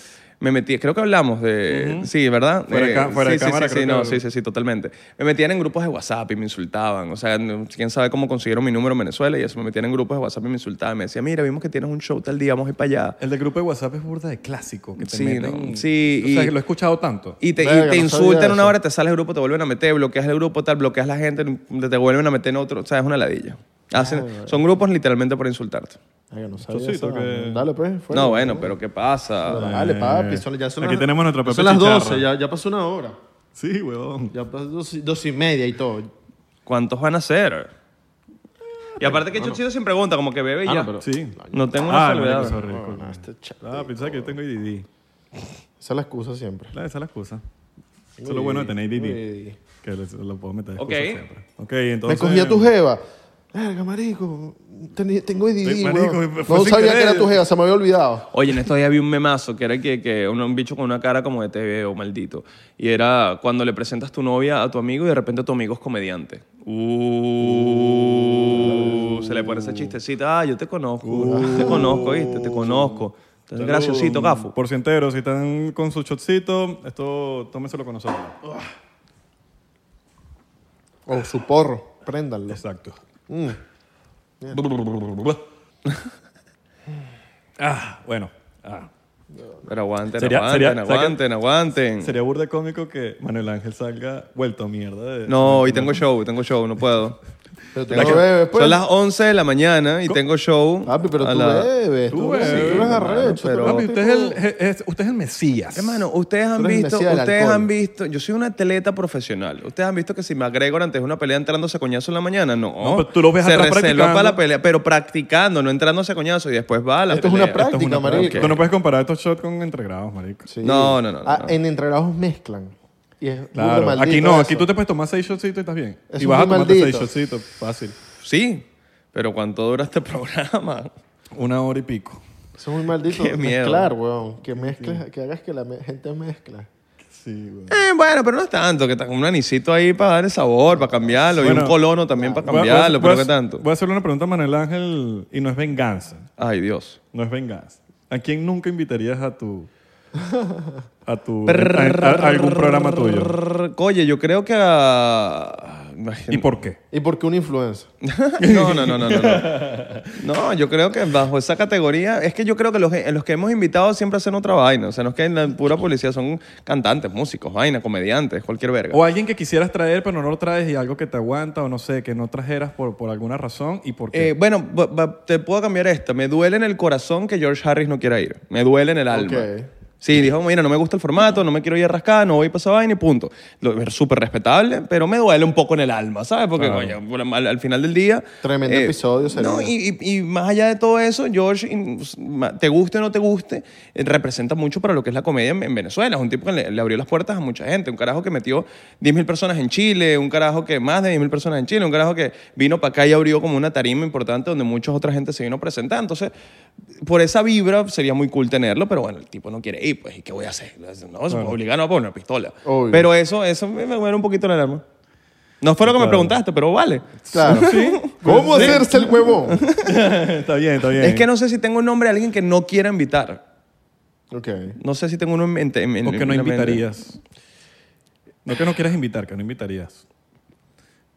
Me metí, creo que hablamos de. Sí, ¿verdad?
Fuera de ca- fuera
sí,
de
sí,
cámara,
sí,
creo
sí,
que
no,
lo-
sí, sí, sí, totalmente. Me metían en grupos de WhatsApp y me insultaban. O sea, no- quién sabe cómo consiguieron mi número en Venezuela y eso. Me metían en grupos de WhatsApp y me insultaban. Me decían, mira, vimos que tienes un show tal día, vamos a ir para allá.
El del grupo de WhatsApp es burda de clásico. Que te
Sí,
meten-
no, sí,
O sea,
y-
que lo he escuchado tanto.
Y te, y
Verga,
te
no sabía
insultan una
eso.
hora, te sales del grupo, te vuelven a meter, bloqueas el grupo, tal, bloqueas la gente, te vuelven a meter en otro. O sea, es una ladilla.
Ah,
Hacen, son grupos literalmente por insultarte.
Ay, yo no sabía
sí,
esa
tengo
vaina.
que-
Dale, pues. fuera.
no, bueno, pero ¿qué pasa?
Dale, papi. son- ya son
Aquí
las-
tenemos nuestra
ya
propia
Son las
chicharra.
12, ya, ya pasó una hora.
Sí, weón.
Ya pasó dos, y- dos y media y todo.
¿Cuántos van a ser? Y aparte que he hecho chido sin pregunta, como que bebe y
Ah,
ya.
no, pero-
Sí.
No tengo una
ah, marico,
salvedad.
sorry,
No,
disculpa.
no, este chavo.
Ah, pensaba que yo tengo IDD.
Esa es la excusa siempre.
Claro, esa es la excusa. Eso es lo bueno de tener IDD.
Uy.
Que les- lo puedo meter de
Ok.
excusa siempre. Ok, entonces...
Me cogí a tu jeva. Verga, marico. teni- Tengo IDD,
Sí, marico,
weón.
fue
No
sin
sabía que
querer.
era tu jeva, se me había olvidado.
Oye, en estos días vi un memazo que era que, que un, un bicho con una cara como de te veo, maldito. Y era cuando le presentas tu novia a tu amigo y de repente tu amigo es comediante. Uh, se le pone ese chistecita, ah, yo te conozco,
Uh.
te conozco, ¿viste? Te conozco. Entonces, graciosito, gafo.
Por si entero, si están con su shotcito, esto tómenselo con nosotros.
O su porro. Préndanlo.
Exacto.
Mm.
ah, bueno. Ah.
Pero aguanten,
Sería-
aguanten,
sería-
aguanten, aguanten.
Sería burda cómico que Manuel Ángel salga vuelto a mierda. de-
No, hoy tengo show, hoy tengo show, no puedo.
Pero tú
Tengo-
no bebes, pues.
Son las 11 de la mañana y tengo show.
Papi, pero
a
tú
la-
bebes.
Tú
Tú bebes.
bebes,
Tú eres arrecho.
pero-
tú
Papi,
eres
usted es,
tipo-
el, es- es- usted es el Mesías.
Hermano, ustedes han
Tú eres el
visto,
Mesías del
ustedes
alcohol.
han visto, yo soy un atleta profesional. Ustedes han visto que si McGregor antes de una pelea entrándose a coñazo en la mañana, no.
No, pero tú lo ves
Se
atrás
reserva
practicando.
para la pelea, pero practicando, no entrándose a coñazo y después va a la
Esto es
pelea.
una práctica,
Esto es una-
marico.
Tú no puedes comparar estos shots con entregrados, marico.
Sí.
No, no, no, no,
Ah,
no.
En entregados mezclan. Y es burda
Claro,
maldito
aquí no,
eso.
aquí tú te puedes tomar seis shotcitos y estás bien.
Eso
y vas
es
a
muy
tomarte seis
maldito.
shotcitos, fácil.
Sí, pero ¿cuánto dura este [laughs] programa?
Una hora y pico.
Eso es muy
[laughs]
maldito.
Qué miedo.
Mezclar, weón. Que mezcles, que hagas que la me- gente mezcla.
Sí, güey.
Eh, bueno, pero no es tanto, que tan- un anisito ahí para darle sabor, para cambiarlo, y
Bueno,
un colono también para
Voy a- voy a-
cambiarlo,
voy a-
pero qué tanto.
Voy a hacerle una pregunta a Manuel Ángel y no es venganza.
Ay, Dios.
No es venganza. ¿A quién nunca invitarías a tu. a tu.
Prrr.
a- a algún programa tuyo?
Oye, yo creo que a...
¿Y por qué?
¿Y por qué una influencer?
[laughs] No, no, no, no, no. No, No, yo creo que bajo esa categoría, es que yo creo que los, eh, los que hemos invitado siempre hacen otra vaina, o sea, no es que en la pura publicidad son cantantes, músicos, vaina, comediantes, cualquier verga.
O alguien que quisieras traer, pero no lo traes y algo que te aguanta o no sé, que no trajeras por, por alguna razón y por qué.
Eh, bueno, ba- ba- te puedo cambiar esta. Me duele en el corazón que George Harris no quiera ir. Me duele en el alma.
Ok.
Sí, dijo, mira, no me gusta el formato, no me quiero ir a rascar, no voy para esa vaina y punto. Lo- Es súper respetable, pero me duele un poco en el alma, ¿sabes? Porque
Claro.
coño, al, al final del día...
Tremendo episodio sería.
Eh, No, y, y- y más allá de todo eso, George, in- pues, ma- te guste o no te guste, eh, representa mucho para lo que es la comedia en, en Venezuela. Es un tipo que le, le abrió las puertas a mucha gente. Un carajo que metió 10.000 personas en Chile, un carajo que más de 10.000 personas en Chile, un carajo que vino para acá y abrió como una tarima importante donde mucha otra gente se vino a presentar. Entonces, por esa vibra sería muy cool tenerlo, pero bueno, el tipo no quiere ir, pues, ¿y qué voy a hacer? No, se me obligaron a poner una pistola.
Obvio.
Pero eso, eso me me duele un poquito la alarma. No fue lo que me
Claro.
preguntaste, pero vale.
Claro. ¿Cómo
Sí. [laughs]
hacerse el huevón?
está bien, está bien.
Es que no sé si tengo un nombre de alguien que no quiera invitar.
ok.
No sé si tengo uno en mente. en- en-
O que no
en la mente.
invitarías. No que no quieras invitar, que no invitarías.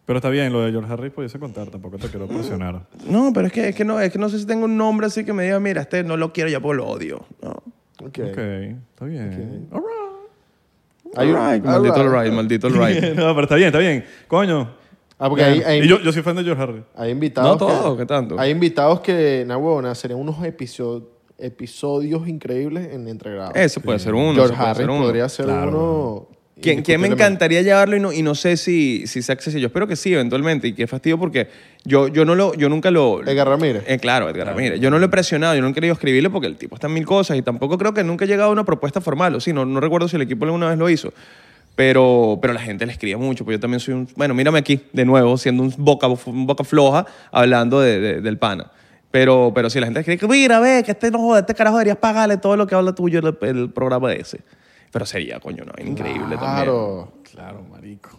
Pero está bien, lo de George Harris pudiese contar, tampoco te quiero presionar.
No, pero es que, es, que no, es que no sé si tengo un nombre así que me diga, mira, este no lo quiero ya porque lo odio. No.
Ok.
Ok, está bien. All right.
Hay un-
Alright,
all
maldito
right.
el right, maldito el
[laughs]
right.
no, pero está bien, está bien. Coño.
Ah, porque hay, hay-
Y yo, yo soy fan de George Harris.
hay invitados.
No todos, ¿qué tanto?
Hay invitados que, na huevona, serían unos episo- episodios increíbles en entregrado.
Ese puede ser uno.
George
ese puede
Harris
ser uno.
podría ser
Claro,
uno.
¿Quién, quién me
indiscutiblemente.
encantaría llevarlo y no, y no sé si, si sea accesible? Yo espero que sí, eventualmente. Y qué fastidio porque yo, yo, no lo, yo nunca lo...
Edgar Ramírez.
Eh, claro, Edgar Ramírez. Yo no lo he presionado, yo no he querido escribirle porque el tipo está en mil cosas y tampoco creo que nunca ha llegado a una propuesta formal. O sí, no, no recuerdo si el equipo alguna vez lo hizo. Pero, pero la gente le escribe mucho, pues yo también soy un... Bueno, mírame aquí, de nuevo, siendo un boca, un boca floja, hablando de- de- del pana. Pero, pero si la gente escribe, que, mira, ve, que este no joda, este carajo deberías pagarle todo lo que habla tuyo el, el programa ese. Pero sería, coño, no, increíble también.
Claro.
Claro, marico.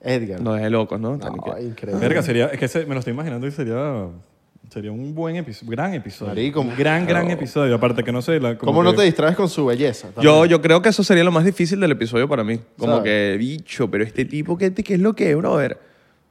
Edgar.
No es locos, ¿no? Tan
No,
que-
increíble.
Verga, sería, es que se- me lo estoy imaginando y sería, sería un buen episodio, gran episodio.
Marico,
Un gran, gran
claro.
episodio. Aparte que no sé, la, como
¿Cómo no
que-
te distraes con su belleza?
Yo, yo creo que eso sería lo más difícil del episodio para mí. Como
¿Sabes?
que, bicho, pero este tipo, ¿qué, qué es lo que es, brother?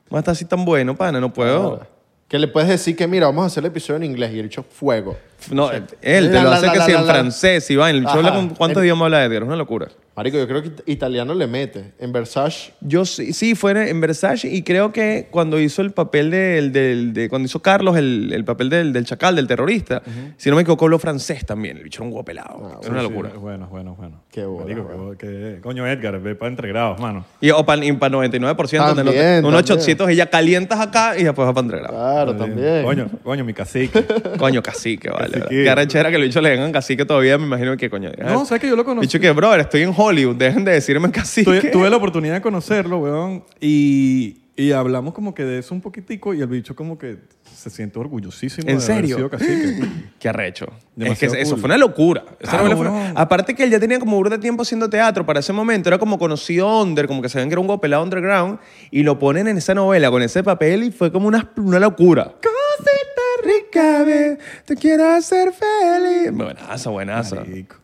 ¿Cómo está así tan bueno, pana? No puedo.
Que le puedes decir que, mira, vamos a hacer el episodio en inglés y el hecho fuego.
No, él te
La,
lo
la,
hace
la,
que
la,
si
la,
en
la.
francés, Iván. El bicho habla
Ajá.
con cuántos
El-
idiomas habla Edgar, es una locura.
Marico, yo creo que it- italiano le mete. En Versace.
Yo sí, sí, fue en- en Versace y creo que cuando hizo el papel del, del- de, cuando hizo Carlos el, el papel del, del chacal, del terrorista, si no me equivoco, habló francés también. El bicho era un guapelado.
Ah,
es una
Sí,
locura.
sí, bueno, bueno, bueno.
Qué bola,
Marico,
güey.
qué bo- qué- coño, Edgar, ve para entregrados, mano.
Y o para 99%, donde no te-
También,
unos
también.
chocitos y ya calientas acá y después vas para entregar.
Claro, también.
Coño, coño,
[laughs]
mi cacique.
Coño, cacique, vale.
Cacique.
Qué arrechera que el bicho le digan cacique todavía, me imagino que coño.
No, ¿sabes que yo lo conocí?
Bicho que, brother, estoy en Hollywood, dejen de decirme cacique.
tuve, tuve la oportunidad de conocerlo, weón, y, y hablamos como que de eso un poquitico y el bicho como que se siente orgullosísimo
¿En
de haber
serio?
sido cacique.
[gasps] Qué arrecho.
Demasiado
es que eso
cool.
fue una locura. Esa
Claro,
novela fue una-
weón.
Aparte que él ya tenía como burda de tiempo haciendo teatro para ese momento. Era como conocido under, como que sabían que era un gopelado underground. Y lo ponen en esa novela con ese papel y fue como una, una locura. Cosita rica, ve, te quiero hacer feliz. Buenaza, buenaza.
Marico.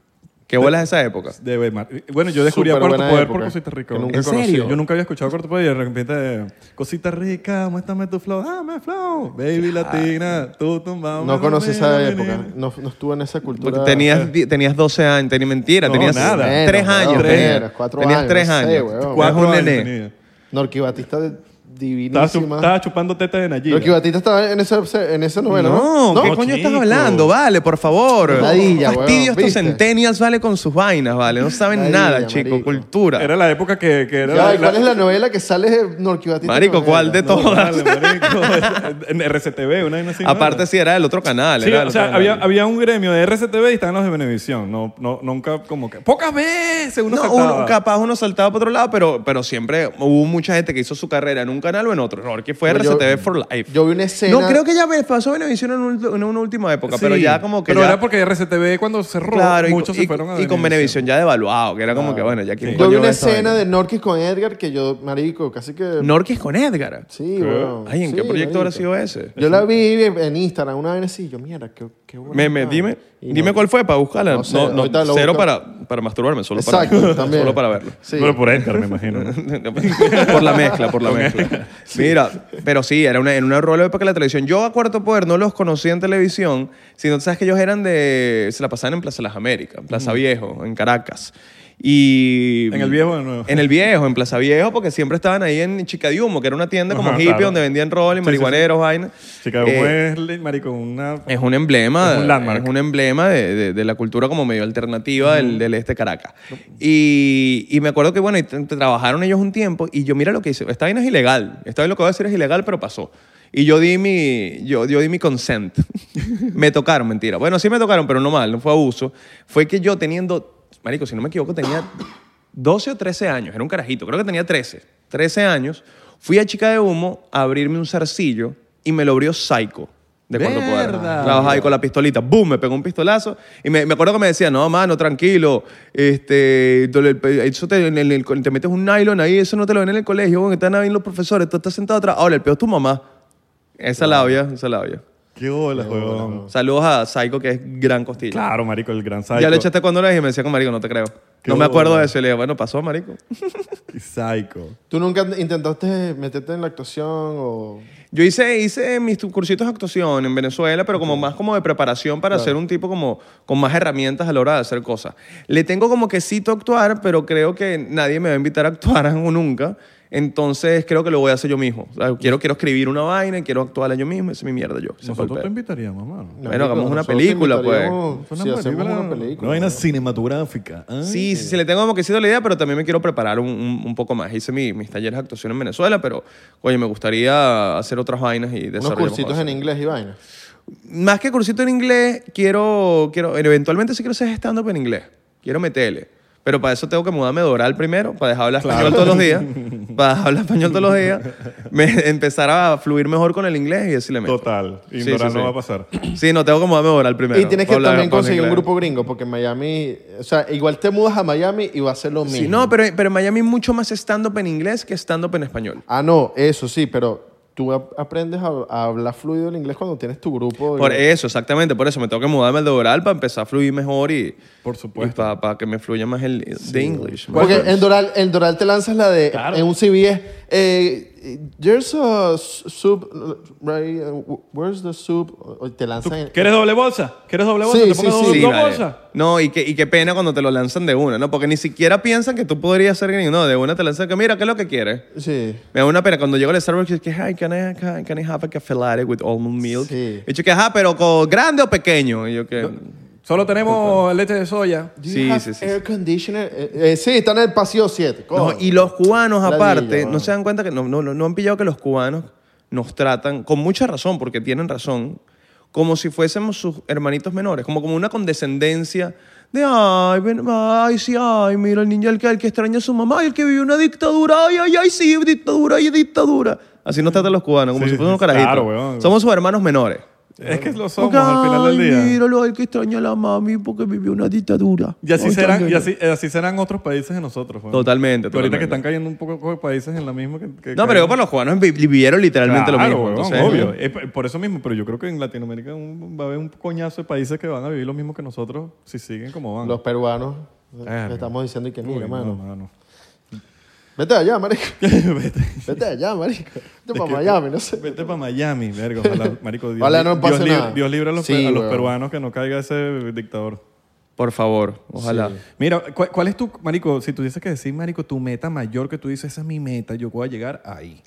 Qué bolas esa época.
De ver- mar- Bueno, yo descubrí a
Súper
Cuarto
buena
Poder
época.
por Cosita Rica.
Que
weón.
nunca
¿En conocí. serio?
Yo nunca había escuchado Cuarto Poder y de repente, Cosita Rica, muéstrame tu flow, dame flow. Baby latina, tú tumbado.
No conocí esa época.
menina.
No, no estuve en esa cultura.
Porque tenías, di- tenías 12 años, tenías mentira,
No,
tenías
nada.
tres
Menos,
años.
weón,
tenías.
menos, cuatro
tenías
años,
tres
no sé,
años.
weón.
Eras
Cuatro
un
años
nene.
tenía.
Norqui Batista de-
Estaba, su-
divinísima.
estaba chupando tetas de Nayib.
Norqui Batista estaba en esa, en esa novela.
No,
No,
¿qué
No,
coño estás
chico.
hablando? Vale, por favor.
Ladilla, weón,
Fastidio estos
¿viste?
centennials, vale, con sus vainas, vale. No saben
Ladilla,
nada, chico.
marico.
Cultura.
Era la época que, que era...
Ya, ¿y
la-
¿Cuál es la novela que sale de Norqui Batista?
Marico,
con
¿cuál
ella?
de
No,
todas?
vale, [laughs] marico. en RCTV, una vaina así. ¿no?
Aparte, sí, era del otro canal.
Sí,
era del
o
otro
sea,
canal.
había, había un gremio de RCTV y estaban los de Venevisión. No, no, nunca como que... Pocas veces uno
No,
saltaba.
uno- capaz uno saltaba para otro lado, pero, pero siempre hubo mucha gente que hizo su carrera en un canal o en otro. No, porque fue
Pero Pues yo-
RCTV for Life.
Yo vi una escena.
No, creo que ya me pasó Venevisión en, un- en una última época, pero
Sí,
ya como que.
Pero
ya-
era porque RCTV cuando cerró,
Claro, y-
muchos
y,
se fueron a
y
Venevisión.
con Venevisión ya devaluado, que era como que, bueno, ya quién
Yo vi
coño
una
ve esta
escena
vaina?
de Norquis con Edgar que yo, marico, casi que.
Norquis con Edgar.
Sí, weón.
Ay, ¿en qué
Sí,
proyecto habrá
marico.
sido ese?
Yo la vi en en Instagram una vez así. Yo, mierda, qué, qué buena
Meme,
vaina.
dime,
Y
dime
no-
cuál fue para buscarla. No,
No sé,
no,
ahorita lo
cero
busco.
para, para masturbarme, solo, [laughs]
Exacto,
para,
también.
solo para verlo.
Sí.
Pero por Edgar, me
[laughs]
imagino. ¿no?
por la mezcla, por
[laughs]
la mezcla. Mira, pero sí, era una, en una rola de época de la televisión. Yo a Cuarto Poder no los conocí en televisión, sino sabes que ellos eran de. Se la pasaban en Plaza Las Américas, en Plaza Viejo, en Caracas. Y.
¿En el Viejo o en el Nuevo?
En el Viejo, en Plaza Viejo, porque siempre estaban ahí en Chica de Humo, que era una tienda como
Ajá,
hippie
claro.
donde vendían rol y
sí,
marihuaneros, vaina.
Chicago
Eh,
Wesley, marico, una...
es un emblema.
Es un landmark.
es un emblema de, de- de la cultura como medio alternativa del, del este de Caracas. Y, y me acuerdo que, bueno, y t- trabajaron ellos un tiempo y yo, mira lo que hice. Esta vaina es ilegal. Esta vez lo que voy a decir es ilegal, pero pasó. Y yo di mi, yo, yo di mi
[laughs]
consent. me tocaron, mentira. Bueno, sí me tocaron, pero no mal, no fue abuso. Fue que yo teniendo, marico, si no me equivoco, tenía 12 o 13 años. Era un carajito, creo que tenía 13. 13 años. Fui a Chica de Humo a abrirme un zarcillo y me lo abrió Psycho. De cuando poder.
Verda.
Trabajaba ahí con la pistolita. ¡Boom! Me pegó un pistolazo. Y me, me acuerdo que me decía, no, mano, tranquilo. Este, do- el- eso te, en el- en el- te metes un nylon ahí, eso no te lo ven en el colegio, bueno, están ahí los profesores, tú estás sentado atrás. Ahora, el peor es tu mamá. Esa labia, esa labia.
Qué bola, huevón.
Saludos a Psycho, que es gran costilla.
Claro, marico, el gran psycho.
Ya le echaste cuando lo dije y me decía, con marico, no te creo.
Qué
No me acuerdo
bobo.
de eso. Y le dije, bueno, pasó, marico.
Psycho.
¿Tú nunca intentaste meterte en la actuación o.?
Yo hice, hice mis tu- cursitos de actuación en Venezuela, pero como más como de preparación para ser un tipo como con más herramientas a la hora de hacer cosas. Le tengo como que cito a actuar, pero creo que nadie me va a invitar a actuar [laughs] o nunca. Entonces creo que lo voy a hacer yo mismo. O sea, quiero, quiero escribir una vaina y quiero actuarla yo mismo. Esa es mi mierda yo. Ese fue el
Nosotros te
pedo.
invitaríamos, mano.
Bueno, hagamos una
nosotros
película, pues.
invitaríamos-
Una
Sí, hacemos
película-
una película.
Una vaina cinematográfica. ¿eh?
Sí, sí, sí, le tengo como que cito la idea, pero también me quiero preparar un, un- un poco más. Hice mi- mis talleres de actuación en Venezuela, pero oye, me gustaría hacer otras vainas y desarrollar
Unos
más
cursitos
cosas.
en inglés y vaina.
más que cursito en inglés, quiero, quiero eventualmente sí quiero hacer stand-up en inglés. Quiero meterle. Pero para eso tengo que mudarme de oral primero, para dejar hablar español todos los días. Para dejar hablar español todos los días. me- empezar a fluir mejor con el inglés y decirle meto.
Total.
Sí,
Ignorar
sí,
no
sí.
va
[coughs]
a pasar.
Sí, no, tengo que mudarme de oral primero.
y tienes que
para hablar-
también
para hablar
conseguir un
inglés.
grupo gringo, porque en Miami. O sea, igual te mudas a Miami y va a ser lo mismo.
Sí, no, pero, pero en Miami hay mucho más stand-up en inglés que stand-up en español.
Ah, no, eso sí, pero tú ap- aprendes a, a hablar fluido el inglés cuando tienes tu grupo.
Por eso, exactamente, por eso me tengo que mudarme al de oral para empezar a fluir mejor y,
Por
y
supuesto.
para, que me fluya más el de English. más
Porque
o menos.
en Doral, en Doral te lanzas la de.
Claro.
En un CBS. Eh, there's a sub. Right, uh, where's the sub? O- o Te lanzan. en-
¿Quieres doble bolsa? ¿Quieres doble bolsa?
Sí,
¿Te
sí,
pongo
sí.
dos,
Sí,
dos
vale.
bolsas?
No, y qué, y qué pena cuando te lo lanzan de una, ¿no? Porque ni siquiera piensan que tú podrías ser gringo. No, de una te lanzan que, mira, ¿qué es lo que quieres?
Sí.
Me da una pena. Cuando llego al Starbucks, es que, hi, can I, can, can I have a cafe latte with almond milk?
Sí.
Y yo que, ajá, pero con- grande o pequeño. Y yo que,
Solo tenemos leche de soya.
Do you
Sí,
have
sí, sí,
Air conditioner. Eh, eh, sí, está en el pasillo 7.
No, y los cubanos,
Ladilla,
aparte,
mano.
no se dan cuenta que no, no, no- no han pillado que los cubanos nos tratan, con mucha razón, porque tienen razón, como si fuésemos sus hermanitos menores, como, como una condescendencia de, ay, ven, ay, sí, ay, mira el niño, el que, el que extraña a su mamá, ay, el que vivió una dictadura, ay, ay, ay, sí, dictadura, ay, dictadura. Así nos tratan los cubanos, como
Sí,
si fueran unos
claro,
carajitos.
weón.
Somos sus hermanos menores.
Es que lo somos
Porque,
al final del
"Ay,
día.
Míralo, el que extraña a la mami porque vivió una dictadura.
Y así,
Ay,
serán,
ay,
y
ay.
así, eh, así serán otros países de nosotros. weón.
Totalmente,
Pero
totalmente.
Ahorita que están cayendo un poco de países en la misma que, que
No, pero yo
caen.
con los cubanos vi- vivieron literalmente lo
Claro,
mismo.
weón,
entonces,
obvio. Es por- por eso mismo, pero yo creo que en Latinoamérica un- va a haber un coñazo de países que van a vivir lo mismo que nosotros si siguen como van.
Los peruanos.
Ah,
le estamos diciendo y que
Uy,
mira,
no,
mano.
mano. [laughs]
Vete allá, marico.
vete
Vete allá, marico. Vete para Miami, no sé.
vete para Miami, verga. Ojalá, marico, Dios,
Ojalá no
li-
pase
Dios, libre-
nada.
Dios libre a los,
Sí,
pe- a los
weón.
peruanos que no caiga ese dictador.
Por favor, ojalá.
Mira, ¿cu- ¿cuál, es tu, marico, si tuvieses que decir, marico, tu meta mayor que tú dices, esa es mi meta, yo voy a llegar ahí.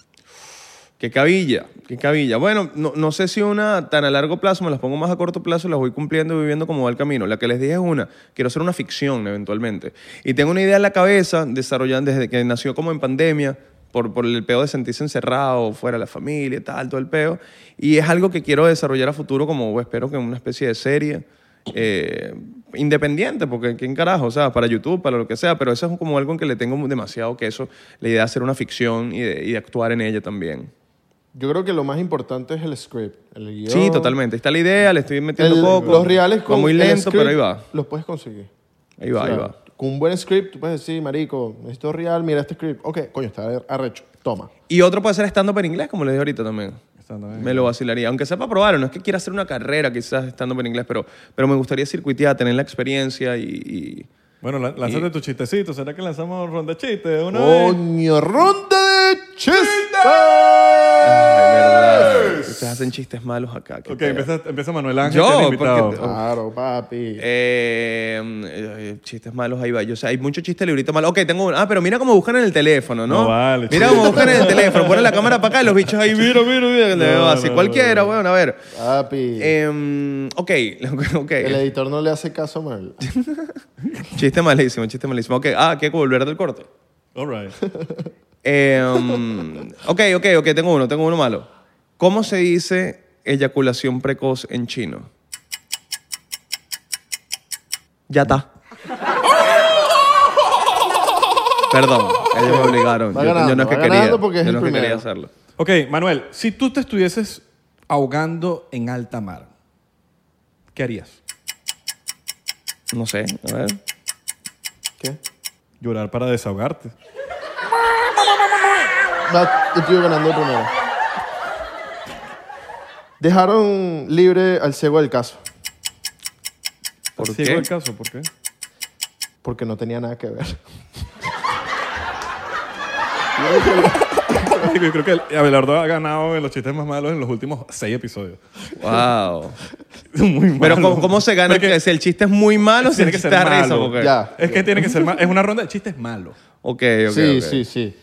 Qué cabilla, qué cabilla. Bueno, no, no sé si una tan a largo plazo, me las pongo más a corto plazo, las voy cumpliendo y viviendo como va el camino. La que les dije es una, quiero hacer una ficción eventualmente. Y tengo una idea en la cabeza, desarrollando desde que nació como en pandemia, por, por el peo de sentirse encerrado, fuera de la familia, y tal, todo el peo. Y es algo que quiero desarrollar a futuro como espero que una especie de serie. eh, independiente, porque ¿quién carajo? O sea, para YouTube, para lo que sea, pero eso es como algo en que le tengo demasiado que eso, la idea de hacer una ficción y de, y de actuar en ella también.
Yo creo que lo más importante es el script, el guión.
Sí, totalmente. Está la idea, le estoy metiendo
El-
poco.
Los reales
Va muy
el
lento,
script
pero ahí va.
Los puedes conseguir.
Ahí va,
O sea,
ahí va.
Con un buen script, tú puedes decir, marico, esto es real, mira este script. Ok, coño, está arrecho. Toma.
Y otro puede ser stand-up en inglés, como les dije ahorita también.
Stand-up en
Me lo vacilaría. Aunque sea para probarlo, no es que quiera hacer una carrera quizás stand-up en inglés, pero, pero me gustaría circuitear, tener la experiencia y... y-
Bueno, la- lánzate tu chistecito. ¿Será que lanzamos ronda de chistes de una vez?
Coño, ronda de
Ay,
chistes.
verdad. Ustedes hacen chistes malos acá. qué
Ok,
peo.
empieza, empieza Manuel Ángel,
Yo,
que es el invitado.
porque-
Claro, papi.
Eh, eh, chistes malos, ahí va. Yo, sé, hay mucho chiste librito malo. Ok, tengo uno. Ah, pero mira cómo buscan en el teléfono, ¿no?
No vale,
Mira
chico.
cómo buscan en el teléfono. Ponen la cámara para acá y los bichos ahí, mira, mira, mira.
No,
así
no,
cualquiera, weón, a ver.
Papi.
Em, ok, [laughs] ok.
el editor no le hace caso a Manuel.
Chiste malísimo, chiste malísimo. Ok, ah, que hay que volver del corte.
All right.
[laughs]
Em, ok, ok, ok, tengo uno, tengo uno malo. ¿Cómo se dice eyaculación precoz en chino? Ya
[laughs]
está. Perdón, ellos me obligaron.
Va
yo, yo no
ganando,
es que
va
quería,
ganando porque es
yo
el
no es que quería
primero.
hacerlo.
Ok, Manuel, si tú te estuvieses ahogando en alta mar, ¿qué harías?
No sé, a ver.
¿Qué?
Llorar para desahogarte.
Va, el tío Ah, ganando primero. Dejaron libre al ciego del caso,
¿Por
Sigo
qué?
el caso, ¿por qué?
porque no tenía nada que ver.
Marico, Yo creo que Abelardo ha ganado en los chistes más malos en los últimos seis episodios. [laughs]
Wow.
Muy malo.
Pero ¿cómo, cómo se gana?
Porque
si el chiste es muy malo, si
tiene
el
que
chiste
ser
da risa.
malo.
porque-
Ya.
Es que tiene que ser malo. Es una ronda de chistes malos.
Ok, ok,
sí,
ok.
sí, sí.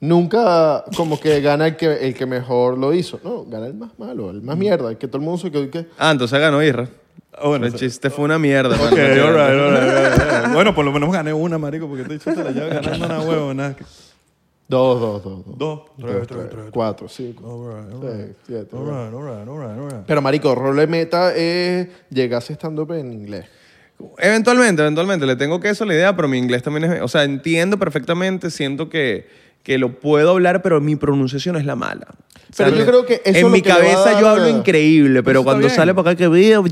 Nunca como que gana el que, el que mejor lo hizo. No, gana el más malo, el más mierda, el que todo el mundo se quedó y que...
Ah, entonces ganó Irra.
Ah, bueno,
el
o sea-
chiste fue una mierda.
Ok,
mano.
all right, all right, all right, all right. Bueno, por lo menos gané una, marico, porque te he dicho, te la llevo ganando una huevo, nada.
Dos, dos, dos, dos.
Dos, tres, tres, tres.
Cuatro, cinco,
All right, all right.
seis, siete.
All right, all right, all right, all right.
Pero marico, rol de meta es llegarse stand-up en inglés.
Eventualmente, eventualmente. Le tengo queso a la idea, pero mi inglés también es... O sea, entiendo perfectamente, siento que, que lo puedo hablar, pero mi pronunciación es la mala. O sea,
Pero yo
me-
creo que eso
En
es
mi
lo que le va a
cabeza
dar
yo
la-
hablo increíble, pero
Eso
cuando
está
sale
bien.
para acá que veo...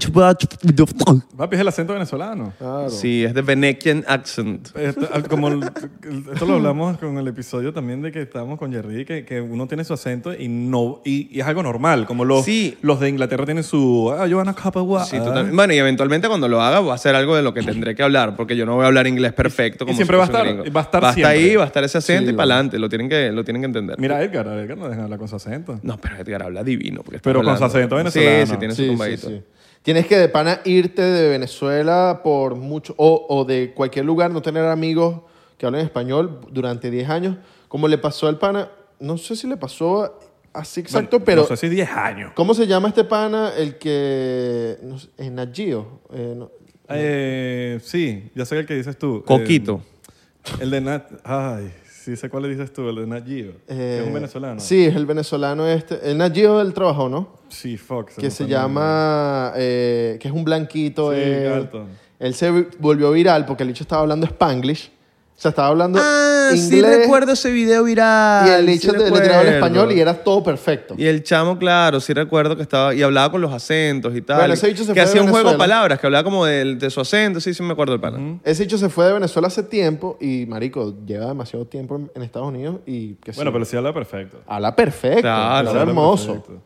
Papi, es el acento venezolano.
Claro.
Sí, es de Venetian accent.
Esto, al- como el- el- esto lo hablamos con el episodio también de que estábamos con Jerry, que, que uno tiene su acento y no y, y es algo normal. Como los,
Sí.
los de Inglaterra tienen su. Ah,
[laughs]
Johanna Kappa,
Sí, totalmente. Bueno, y eventualmente cuando lo haga va a ser algo de lo que tendré que hablar, porque yo no voy a hablar inglés perfecto. Como
siempre
si
va a
fuese un
estar-
gringo.
va a estar
Va a estar
siempre.
ahí, va a estar ese acento
Sí,
y
va.
para adelante. Lo tienen que, lo tienen que entender.
Mira, a Edgar, a Edgar no dejan hablar con su acento.
No, pero Edgar habla divino. Porque está
Pero con
hablando.
su acento venezolano.
Sí, sí, tiene su
Sí, sí,
tumbadito.
sí. Tienes que de pana irte de Venezuela por mucho, o, o de cualquier lugar, no tener amigos que hablen español durante 10 años, como le pasó al pana, no sé si le pasó así exacto,
Bueno,
pero...
No sé si 10 años.
¿Cómo se llama este pana? El que... No sé, en Nagio. eh, no-
Eh, sí, ya sé el que dices tú.
Coquito.
Eh, el de Nat. Ay, sí sé cuál le dices tú, el de Nat Geo. que
eh,
es un venezolano.
Sí, es el venezolano este. El Nagio del trabajo, ¿no?
Sí, Fox.
que se llama... eh, que es un blanquito.
Sí,
eh,
alto.
Él se vi- volvió viral porque el hecho estaba hablando spanglish. O sea, estaba hablando
Ah,
inglés.
sí recuerdo ese video viral.
Y el
sí
hecho de le
recuerdo.
tiraba el español y era todo perfecto.
Y el chamo, claro, sí recuerdo que estaba... Y hablaba con los acentos y tal.
Bueno, ese bicho se
que
fue de
hacía un juego de
Venezuela.
palabras, que hablaba como de, de su acento. Sí, sí me acuerdo del pana.
Ese hecho se fue de Venezuela hace tiempo y, marico, lleva demasiado tiempo en, en Estados Unidos y que sí,
Bueno, pero sí habla perfecto.
habla perfecto.
Claro,
habla
habla
hermoso.
Perfecto.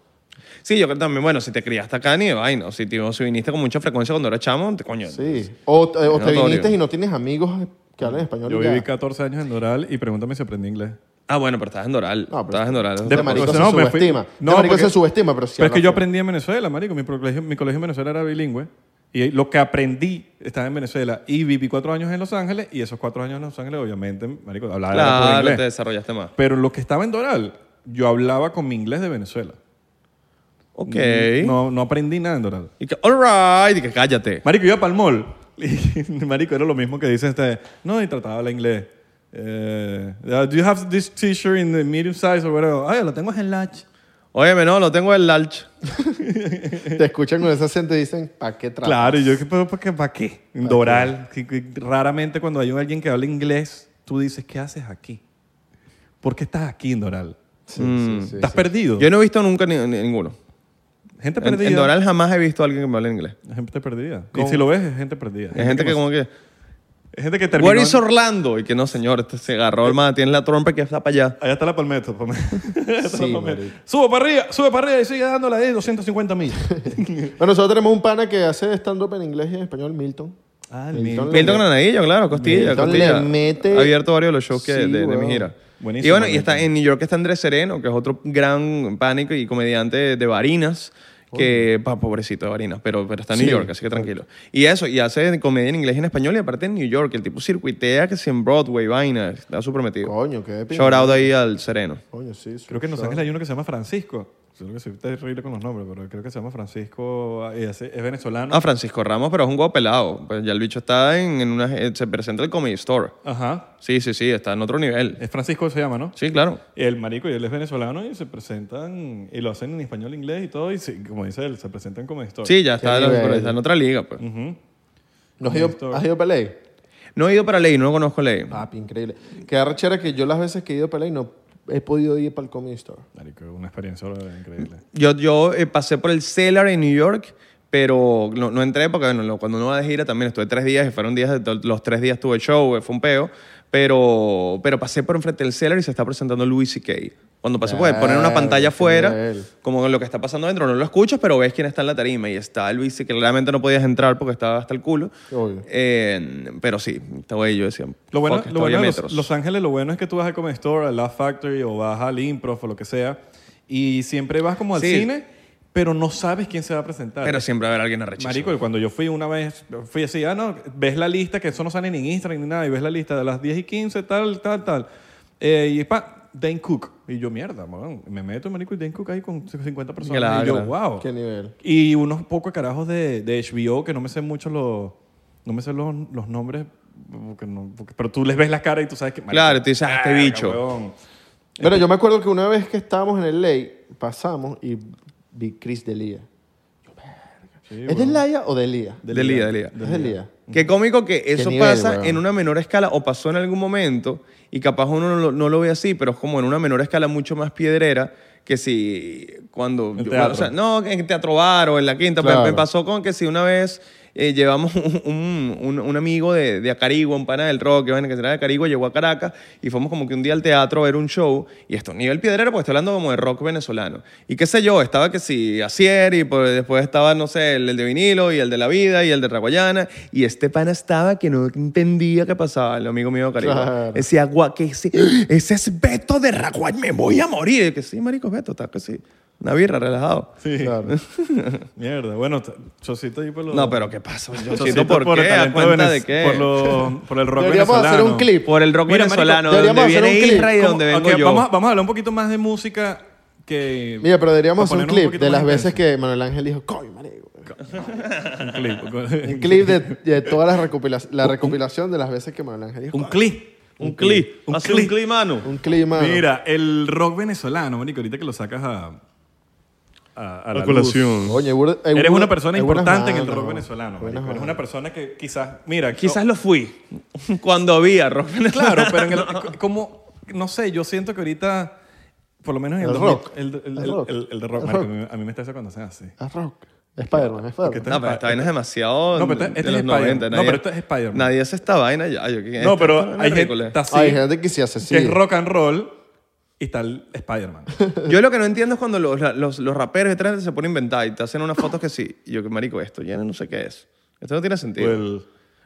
Sí, yo creo también, bueno, si te criaste acá ni de vaina. O si, te, o si viniste con mucha frecuencia cuando eras chamo, te, coño.
Sí. O, te- o te
Notorio.
viniste y no tienes amigos que hablen español.
Yo
y ya.
viví 14 años en Doral y pregúntame si aprendí inglés.
Ah, bueno, pero estabas en Doral.
No, pero-
estabas en Doral.
Este marico
o sea,
se
no, me fui-
subestima. Este
no,
marico
porque-
se subestima, pero sí
Pero es que
habla
yo
feo.
aprendí en Venezuela, marico. Mi colegio, mi colegio en Venezuela era bilingüe. Y lo que aprendí estaba en Venezuela. Y viví cuatro años en Los Ángeles. Y esos cuatro años en Los Ángeles, obviamente, marico, hablaba era puro
Claro,
inglés.
te desarrollaste más.
Pero lo que estaba en Doral, yo hablaba con mi inglés de Venezuela.
Ok.
Mm, No, no aprendí nada en Doral.
Y que, all right, y que cállate.
Marico, iba para el mall. [laughs] Y, marico, era lo mismo que dice este. No, y trataba de hablar inglés. uh, Eh, do you have this t-shirt in the medium size or whatever? Ay, lo tengo en large.
Óyeme, no, no tengo el large.
Te escuchan con ese acento y dicen, ¿para qué trabajas?
Claro, y yo, ¿qué- pero ¿para qué? ¿Para qué? Doral. Que- que Raramente cuando hay un- alguien que habla inglés, tú dices, ¿qué haces aquí? ¿Por qué estás aquí en Doral?
Sí, sí, sí,
Mm. ¿Estás
sí.
perdido?
Yo no he visto nunca ni- ni- ninguno.
Gente
En,
perdida.
en Doral jamás he visto a alguien que me hable inglés.
Gente perdida.
Con-
Y si lo ves, es gente perdida.
Hay gente que como que...
Es gente que terminó...
Where is
en-
Orlando? Y que no, señor, este se agarró el man, tiene la trompa que está para allá.
Allá está la palmeta. palmeta. [laughs] Allá está la
Sí,
palmeta.
marico.
Sube para arriba, sube para arriba y sigue dándole ahí 250 millas.
Bueno, nosotros tenemos un pana que hace stand-up en inglés y en español, Milton.
Ah,
el Milton.
Milton.
Milton Granadillo, claro, Costilla.
Milton
Costilla.
le mete-
Ha abierto varios de los shows que-
Sí,
de, de
weón.
mi gira.
Buenísimo,
y bueno, y
Milton.
está en New York está Andrés Sereno, que es otro gran pánico y comediante de Varinas. Que, pa, pobrecito de Varinas, pero, pero está en New York, así que tranquilo. Y eso, y hace comedia en inglés y en español, y aparte en New York, el tipo circuitea que si en Broadway, vaina, está súper metido.
Coño, qué épico.
Shout out ahí al Sereno.
Coño, sí. sí,
Creo que en Los
sí.
Ángeles hay uno que se llama Francisco. Creo que soy terrible con los nombres, pero creo que se llama Francisco. y hace- Es venezolano.
Ah, Francisco Ramos, pero es un huevo pelado. Pues ya el bicho está en, en una. eh, Se presenta en el Comedy Store.
Ajá.
Sí, sí, sí, está en otro nivel.
Es Francisco se llama, ¿no?
Sí, claro.
Y el marico y él es venezolano y se presentan y lo hacen en español, inglés y todo. Y se- como dice él, se presentan como historia.
Sí, ya está,
Qué nivel.
está en otra liga, pues.
¿No has ido,
Esto-
has ido a Pelé?
No he ido para Ley, no conozco Ley.
Papi, increíble. Qué arrechera que yo las veces que he ido a Pelé no he podido ir para el Comedy Store.
Marico, una experiencia increíble.
Yo, yo eh, pasé por el Cellar en New York, pero no, no entré porque bueno, lo- cuando uno va de gira también estuve tres días y fueron días, de to- los tres días tuve show, eh, fue un peo, pero, pero pasé por enfrente del Cellar y se está presentando Louis C.K. Cuando pasé, pues
Verga,
poner una pantalla
Ah, qué
afuera,
nivel.
como lo que está pasando dentro, no lo escuchas, pero ves quién está en la tarima y está Louis C.K. Claramente no podías entrar porque estaba hasta el culo.
Obvio.
Eh, pero sí, estaba ahí, yo decía,
Lo bueno,
fuck,
lo
estoy a
bueno de los,
metros.
Los Ángeles, lo bueno es que tú vas al Comedy Store, al Laugh Factory o vas al Improv o lo que sea y siempre vas como al
Sí.
cine, pero no sabes quién se va a presentar.
pero siempre va a haber alguien arrechizo.
Marico, y cuando yo fui una vez, fui así, ah, no, ves la lista, que eso no sale ni en Instagram ni nada, y ves la lista de las 10 y 15, tal, tal, tal. Eh, y pa, Dane Cook. Y yo, mierda, man. me meto, marico, y Dane Cook ahí con 50 personas.
Claro,
y yo,
claro.
wow.
Qué nivel.
Y unos pocos carajos de, de HBO que no me sé mucho los, no me sé los, los nombres, porque no- porque- pero tú les ves la cara y tú sabes que... marico,
Claro, tú dices, "Ah, este
verga,
bicho".
weón.
Bueno, yo me acuerdo que una vez que estábamos en el Ley, pasamos y vi Chris Delia.
Sí,
¿Es Delia o Delia?
De Lía, de Lía.
Es Delia.
Qué cómico que eso
nivel,
pasa
weón.
en una menor escala o pasó en algún momento y capaz uno no lo, no lo ve así, pero es como en una menor escala mucho más piedrera que si cuando...
En teatro.
o sea, no, en Teatro Bar o en La Quinta. pero
Claro.
Me pasó con que si una vez eh, llevamos [laughs] un, un- un- un amigo de, de Acarigua, un pana del rock, que, bueno, que será de Acarigua, llegó a Caracas y fuimos como que un día al teatro a ver un show y esto, nivel piedrero, porque estoy hablando como de rock venezolano. Y qué sé yo, estaba que si Asier y por- después estaba, no sé, el, el de vinilo y el de La Vida y el de Raguayana y este pana estaba que no entendía qué pasaba, el amigo mío de Acarigua.
Claro.
Decía, guau, que ese, ese es Beto de Raguayana, me voy a morir. Y yo, que sí, marico, es Beto, está que sí. Una birra, relajado.
Sí,
Claro.
mierda. Bueno, t- chocito ahí por los...
No, pero ¿qué pasa? Yo
Chocito
siento por,
el
qué, a
talento
cuenta
venez-
de qué.
Por, lo- por el rock
Deberíamos
venezolano.
hacer un clip.
Por el rock
Mira, marico,
venezolano, de
deberíamos
donde
hacer
viene
un clip.
Isra y de
¿Cómo?
donde vengo
Ok,
yo.
Vamos, a- vamos a hablar un poquito más de música que...
Mira, pero deberíamos hacer
para
un
ponernos
clip
poquito
de
más
las veces
intensos.
que Manuel Ángel dijo, coño, marico.
Un clip.
Un clip de, de todas las recopilaciones, la recopilación de las veces que Manuel Ángel dijo. [laughs]
[laughs] Un clip.
Un clip.
Un
Hace un
clip.
clip, mano.
"Coño". Un clip, mano.
Mira, el rock venezolano, marico, ahorita que lo sacas a... A, a la luz.
Coño, hay burde- hay
Eres
burda-
una persona
hay buenas
importante en el
bandas,
rock
¿no?
venezolano,
Buenas
marico. Eres
bandas.
una persona que quizás... Mira,
Quizás lo fui cuando había rock venezolano. [laughs]
Claro, pero en el, como, no sé, yo siento que ahorita, por lo menos en el,
El
2000,
rock.
el, el,
El
el-
rock.
el- el de rock,
El
marico,
rock.
a mí- a mí me está eso cuando se hace.
Es rock. Spider-Man, Spider-Man.
No, pero esta vaina es demasiado
No, pero esta-
de
este es
los
Spider-Man.
90,
No,
nadie-
pero este es Spider-Man.
Nadie hace esta vaina ya. yo- ¿qué-
No,
esto-
pero
esto es
hay gente
ridícula.
está así,
Hay gente que se hace así.
que es rock and roll y está el Spider-Man.
Yo lo que no entiendo es cuando los, los, los raperos detrás se ponen a inventar y te hacen unas fotos que sí. Y yo, que marico, esto ya no sé qué es. Esto no tiene sentido.
el-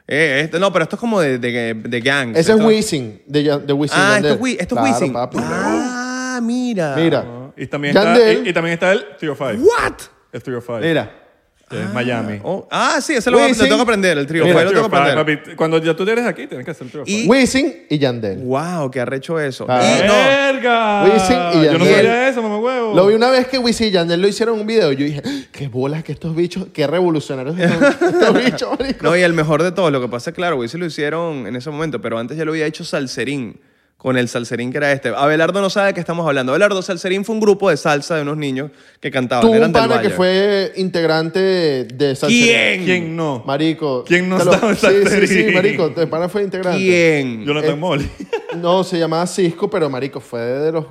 Eh, esto- no, pero esto es como de, de, de gang.
Ese es
Esto-
Wisin, de, Ya- de Wisin.
Ah, esto
Yandel.
es, Wi- esto es
Claro,
Wisin.
papi.
Ah, mira.
Mira.
Ah, y, también
Yandel.
está, y, y también está el Trio Five.
¿What?
El Trio Five.
Mira.
Que es Miami.
Oh, ah, sí, ese lo, voy a- lo
Wisin.
tengo que aprender, el trío.
Mira,
Fue, lo
Trio
tengo que
Five,
aprender.
papi. Cuando ya tú eres aquí, tienes que hacer el Trio Five.
Y-
Wisin y Yandel.
Wow, qué arrecho eso.
Ah.
Y
Eh.
no,
¡Verga!
Wisin y
Yo no
Yandel.
sabía eso, mamá huevo.
Lo vi una vez que Wisin y Yandel lo hicieron en un video. Yo dije, "Ah, qué bolas que estos bichos, qué revolucionarios estos, [laughs] estos bichos, marico.
no, y el mejor de todos, lo que pasa es claro, Wisin lo hicieron en ese momento, pero antes ya lo había hecho Salserín. con el salserín que era este. Abelardo no sabe de qué estamos hablando. Abelardo Salserín fue un grupo de salsa de unos niños que cantaban.
Tuvo
Ah, eran
un
del
pana que
Valle.
fue integrante de Salserín.
¿Quién?
¿Quién no?
Marico.
¿Quién no
Te lo-
estaba en
Sí, sí, sí,
Salserín?
marico. El pana fue integrante.
¿Quién?
Jonathan
Eh,
Moll.
No, se llamaba Cisco, pero marico, fue de los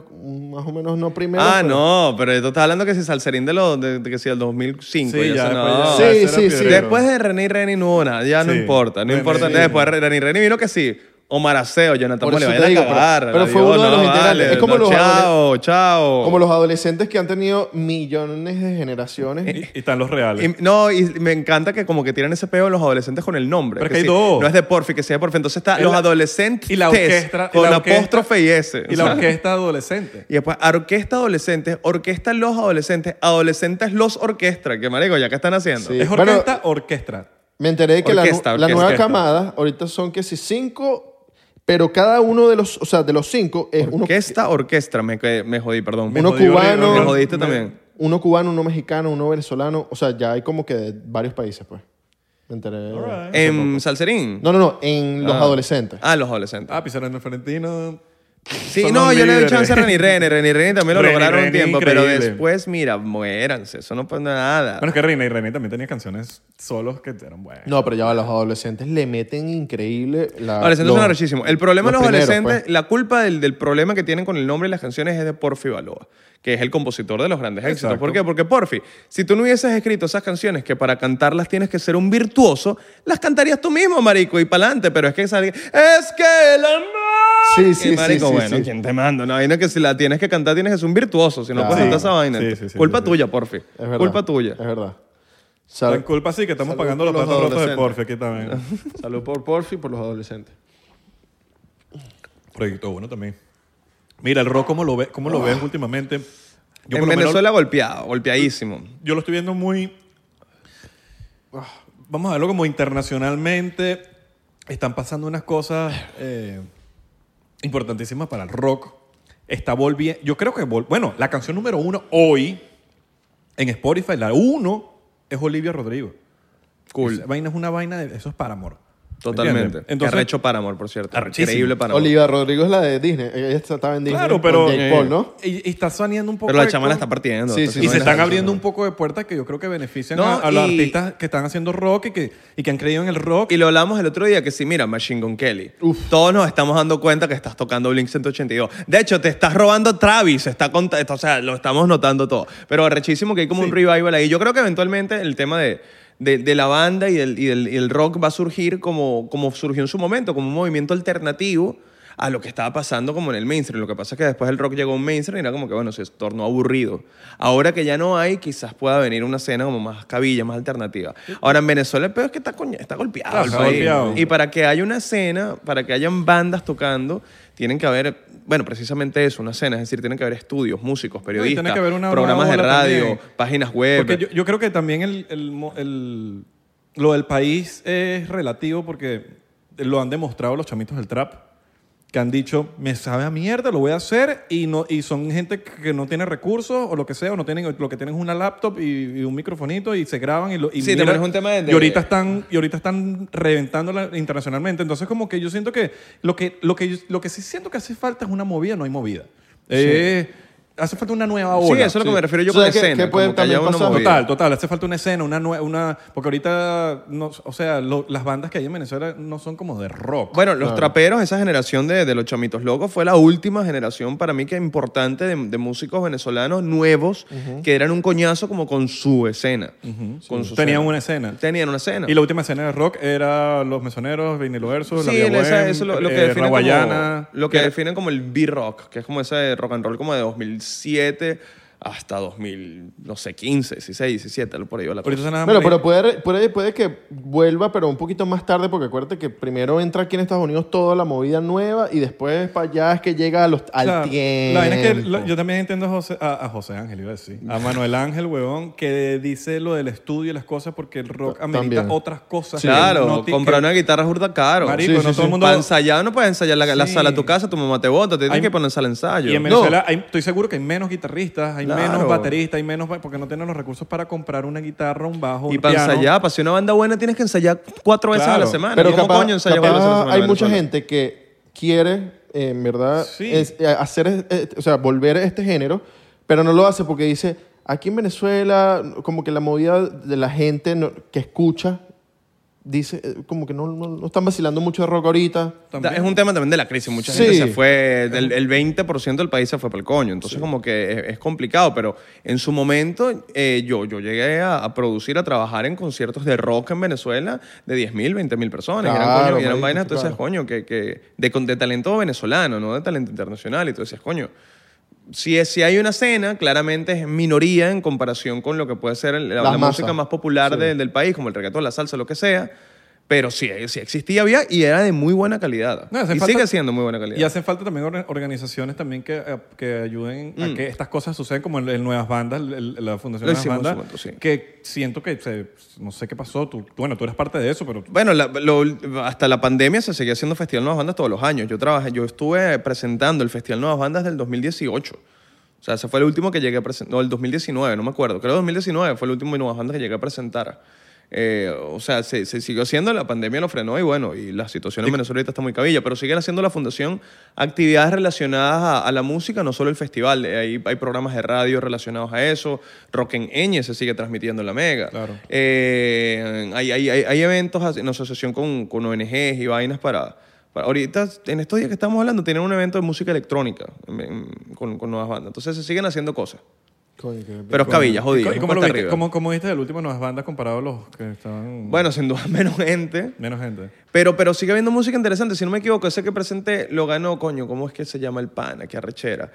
más o menos no primeros.
Ah,
pero-
no, pero tú estás hablando que si salserín de los de, de que si del 2005.
Sí,
ya sé,
ya, pues
no.
ya.
Sí,
ese era
sí, sí.
Piedrero.
Después de René y René no hubo nada, ya no
Sí.
importa, no
René,
importa.
sí.
Después de René y René vino que sí. Omar Aceo, Jonathan
Por
Mole,
eso te
vayan a
digo, pero-
cagar,
pero fue
adiós,
uno de los
no,
integrantes.
vale,
Es como
no,
los
Chao, chao.
Como los adolescentes que han tenido millones de
Eh,
generaciones.
Y, y están los reales.
Y- no, y me encanta que como que tiran ese peo los adolescentes con el nombre.
Pero es que
sí,
hay dos.
No es de Porfi, que sea de Porfi. Entonces está
Es
los
la-
adolescentes
y la orquestra- y
con
la orquestra-
apóstrofe y S.
Y,
o
la
sea.
orquesta adolescente.
Y después, orquesta adolescentes, orquesta los adolescentes, adolescentes los orquestra. Que marico, ya que están haciendo.
Sí.
¿Es
Bueno,
orquesta orquestra?
Me enteré de que la nu-
Orquesta,
la,
orquesta.
nueva camada, ahorita son que si cinco, pero cada uno de los, o sea, de los cinco es uno,
Orquesta, orquestra, me, que- me jodí, perdón.
uno
jodió,
cubano,
me
Orlando.
jodiste
Me-
también.
uno cubano, uno mexicano, uno venezolano. O sea, ya hay como que de varios países, pues. Me enteré.
Alright.
En Em, Salserín.
No, no, no, en los
Ah.
adolescentes.
Ah, los adolescentes.
Ah, Pizarro Florentino.
sí,
son
no,
los
yo le doy
líderes.
chance a Reni Rene. Reni Rene también lo
Reni
lograron un
Rene,
tiempo, pero
increíble.
después, mira, muéranse. Eso no pasa nada.
Bueno, es que Reina y René también tenía canciones solos que eran buenas.
No, pero ya va, los adolescentes le meten increíble la.
Adolescentes
Ah, los-
son arrechísimos. El problema de los
primeros,
adolescentes,
pues.
la culpa del, del problema que tienen con el nombre y las canciones es de Porfi Baloa, que es el compositor de los grandes éxitos.
Exacto.
¿Por qué? Porque Porfi, si tú no hubieses escrito esas canciones que para cantarlas tienes que ser un virtuoso, las cantarías tú mismo, marico, y pa'lante. Pero es que sale, es que el amor...
Sí, sí,
Y,
sí,
marico,
sí,
bueno,
sí.
¿quién te manda? Una vaina que si la tienes que cantar tienes que ser un virtuoso, si no
Claro.
pues canta esa
Sí,
vaina.
sí, sí, sí,
culpa
sí, sí.
tuya, Porfi.
Es verdad,
Culpa tuya.
Es verdad.
La
Sal-
culpa sí que estamos
Salud
pagando los
por los
platos rotos de Porfi
adolescentes.
aquí también.
[laughs] Salud por Porfi y por los adolescentes.
Proyecto bueno también. Mira, el rock, ¿cómo lo, ve, cómo lo ves últimamente? Yo
en
por lo menos-
Venezuela golpeado, golpeadísimo.
yo lo estoy viendo muy. ah, Vamos a verlo como internacionalmente. Están pasando unas cosas eh, importantísimas para el rock. Está volviendo. Yo creo que. vol- bueno, la canción número uno hoy en Spotify, la uno, es Olivia Rodrigo.
Cool.
Esa vaina es una vaina de. Eso es Paramore. ¿Me
Totalmente.
entiendes? Entonces,
Arrecho Paramore, por cierto.
Arrechísimo.
Increíble Paramore.
Oliva Rodrigo es la de Disney. Ella está- estaba en Disney.
Claro,
con
pero-
eh,
eh,
Jake Paul, ¿no?
y, y está saneando un poco.
Pero la
de
chama la
co-
está partiendo.
Sí,
está
sí,
haciendo
Y se
vainas
están
arrechísimas.
abriendo un poco de puertas que yo creo que benefician
No,
a, a los
y-
artistas que están haciendo rock y que, y que han creído en el rock.
Y lo hablamos el otro día que sí, mira, Machine Gun Kelly. Todos nos estamos dando cuenta que estás tocando Blink 182. De hecho, te estás robando Travis. Está con- o sea, lo estamos notando todo. Pero rechísimo que hay como un revival ahí. Yo creo que eventualmente el tema de, de, de la banda y del, y del- y el rock va a surgir como, como surgió en su momento, como un movimiento alternativo a lo que estaba pasando como en el mainstream. Lo que pasa es que después el rock llegó a un mainstream y era como que, bueno, se tornó aburrido. Ahora que ya no hay, quizás pueda venir una escena como más cabilla, más alternativa. Ahora, en Venezuela el peor es que está, coña- está golpeado.
Claro,
el
está
país.
golpeado.
Ah, Y para que haya una escena, para que hayan bandas tocando, tienen que haber, bueno, precisamente eso, una escena. Es decir, tienen que haber estudios, músicos, periodistas,
tiene que haber una-
programas
una
de
ola
radio,
también.
páginas web.
Porque yo, yo creo que también el, el mo- el- lo del país es relativo porque lo han demostrado los chamitos del trap que han dicho, me sabe a mierda, lo voy a hacer y, no, y son gente que no tiene recursos o lo que sea, o no tienen, lo que tienen es una laptop y, y un microfonito y se graban y lo y
Sí,
mira,
también es un tema de-
Y ahorita están, y ahorita están reventándola internacionalmente. Entonces como que yo siento que lo que, lo que, lo que sí siento que hace falta es una movida, no hay movida. Eh, hace falta una nueva
sí,
ola.
eso es lo que
Sí.
me refiero yo
O sea,
con
que-
escena.
que puede
como que haya
también
una
pasar.
movida.
Total, total. Hace falta una escena, una nue- una porque ahorita, no, o sea, lo- las bandas que hay en Venezuela no son como de rock.
Bueno, los traperos, esa generación de, de los chamitos locos, fue la última generación para mí que importante de, de músicos venezolanos nuevos que eran un coñazo como con su escena. con su
Mm, Tenían
escena.
una escena.
Tenían una escena.
Y la última escena de rock era Los Mesoneros, Vinilo Versus,
Sí,
La Vía
esa-
Bohem,
eso es lo, lo que
eh,
define como,
Raguayana.
lo que
Era-
definen como el B-rock, que es como ese rock and roll como de 2007 hasta 2000, no sé, 15, 16, 17, por ahí va la
Ahorita
cosa.
suena
Bueno,
María-
pero puede, puede, puede que vuelva, pero un poquito más tarde, porque acuérdate que primero entra aquí en Estados Unidos toda la movida nueva y después para allá es que llega a los, al
Claro.
tiempo.
La vaina es que lo- yo también entiendo a José, a, a José Ángel, iba a decir. A Manuel Ángel, huevón, que dice lo del estudio y las cosas porque el rock
Ta-
amerita
también.
otras cosas. que
pues. Claro,
no ti-
comprar
que-
una guitarra es burda caro.
Marico,
Sí,
no
sí,
todo
sí.
el mundo...
Para ensayar no puedes ensayar la, la
Sí.
sala de tu casa, tu mamá te bota, te tienes
Hay-
que poner en sala de ensayo.
Y en
No,
Venezuela hay- estoy seguro que hay menos guitarristas, hay
Claro.
menos bateristas, hay menos ba- porque no tienen los recursos para comprar una guitarra, un bajo,
y
un
para
piano.
ensayar, para ser una banda buena tienes que ensayar cuatro veces a la
Claro.
semana.
pero
¿Cómo
capaz,
Ah, coño ensayas
capaz
cuatro veces a la semana
hay
en
mucha
Venezuela?
gente que quiere eh, en verdad,
Sí.
es- eh, hacer, es- eh, o sea, volver a este género, pero no lo hace porque dice, aquí en Venezuela, como que la movida de la gente no- que escucha, dice, eh, como que no, no, no están vacilando mucho de rock ahorita.
Da- Es un tema también de la crisis. Mucha
Sí.
gente se fue, del- el 20% del país se fue para el coño. Entonces, como que es, es complicado, pero en su momento eh, yo, yo llegué a, a producir, a trabajar en conciertos de rock en Venezuela de 10.000, 20.000 personas. y eran,
Claro,
coño, y eran
marico,
vainas, tú decías,
claro.
coño, que, que de, con- de talento venezolano, no de talento internacional. Y tú decías, coño. Si, es- si hay una escena, claramente es minoría en comparación con lo que puede ser el- la,
Las
la música
masas.
más popular de- del país, como el reggaetón, la salsa, lo que sea. Pero sí, eh, sí existía, había, y era de muy buena calidad.
No, hace
y
falta-
sigue siendo muy buena calidad.
Y hacen falta también or- organizaciones también que, eh, que ayuden a que estas cosas sucedan, como el, el Nuevas Bandas, el- el- la
Mm. Lo
Fundación
hicimos
Nuevas
en su
Bandas,
momento, sí.
que siento que, se- no sé qué pasó, tú, bueno, tú eres parte de eso, pero
Bueno, la- lo- hasta la pandemia se seguía haciendo Festival Nuevas Bandas todos los años. Yo trabajé, yo estuve presentando el Festival Nuevas Bandas del 2018. O sea, ese fue el último que llegué a presentar. No, el 2019, no me acuerdo. Creo que 2019 fue el último de Nuevas Bandas que llegué a presentar. Eh, o sea, se, se siguió haciendo, la pandemia lo frenó y bueno, y la situación en Venezuela ahorita está muy cabilla, pero siguen haciendo la fundación actividades relacionadas a, a la música, no solo el festival. Eh, Hay, hay programas de radio relacionados a eso. Rock en Ñ se sigue transmitiendo en la Mega.
Claro.
Eh, hay, hay- hay- hay eventos así- en asociación con, con ONGs y vainas para, para- Ahorita, en estos días que estamos hablando, tienen un evento de música electrónica en- en- con, con nuevas bandas. Entonces se siguen haciendo cosas. Pero es cabilla, jodido.
¿Y
es
cómo, lo
cuesta
viste,
arriba.
cómo- cómo viste el último Nuevas Bandas comparado a los que estaban
Bueno, sin duda [laughs] menos gente.
menos gente?
Pero, pero sigue habiendo música interesante. Si no me equivoco, ese que presenté lo ganó, coño, ¿cómo es que se llama el pana? Qué arrechera.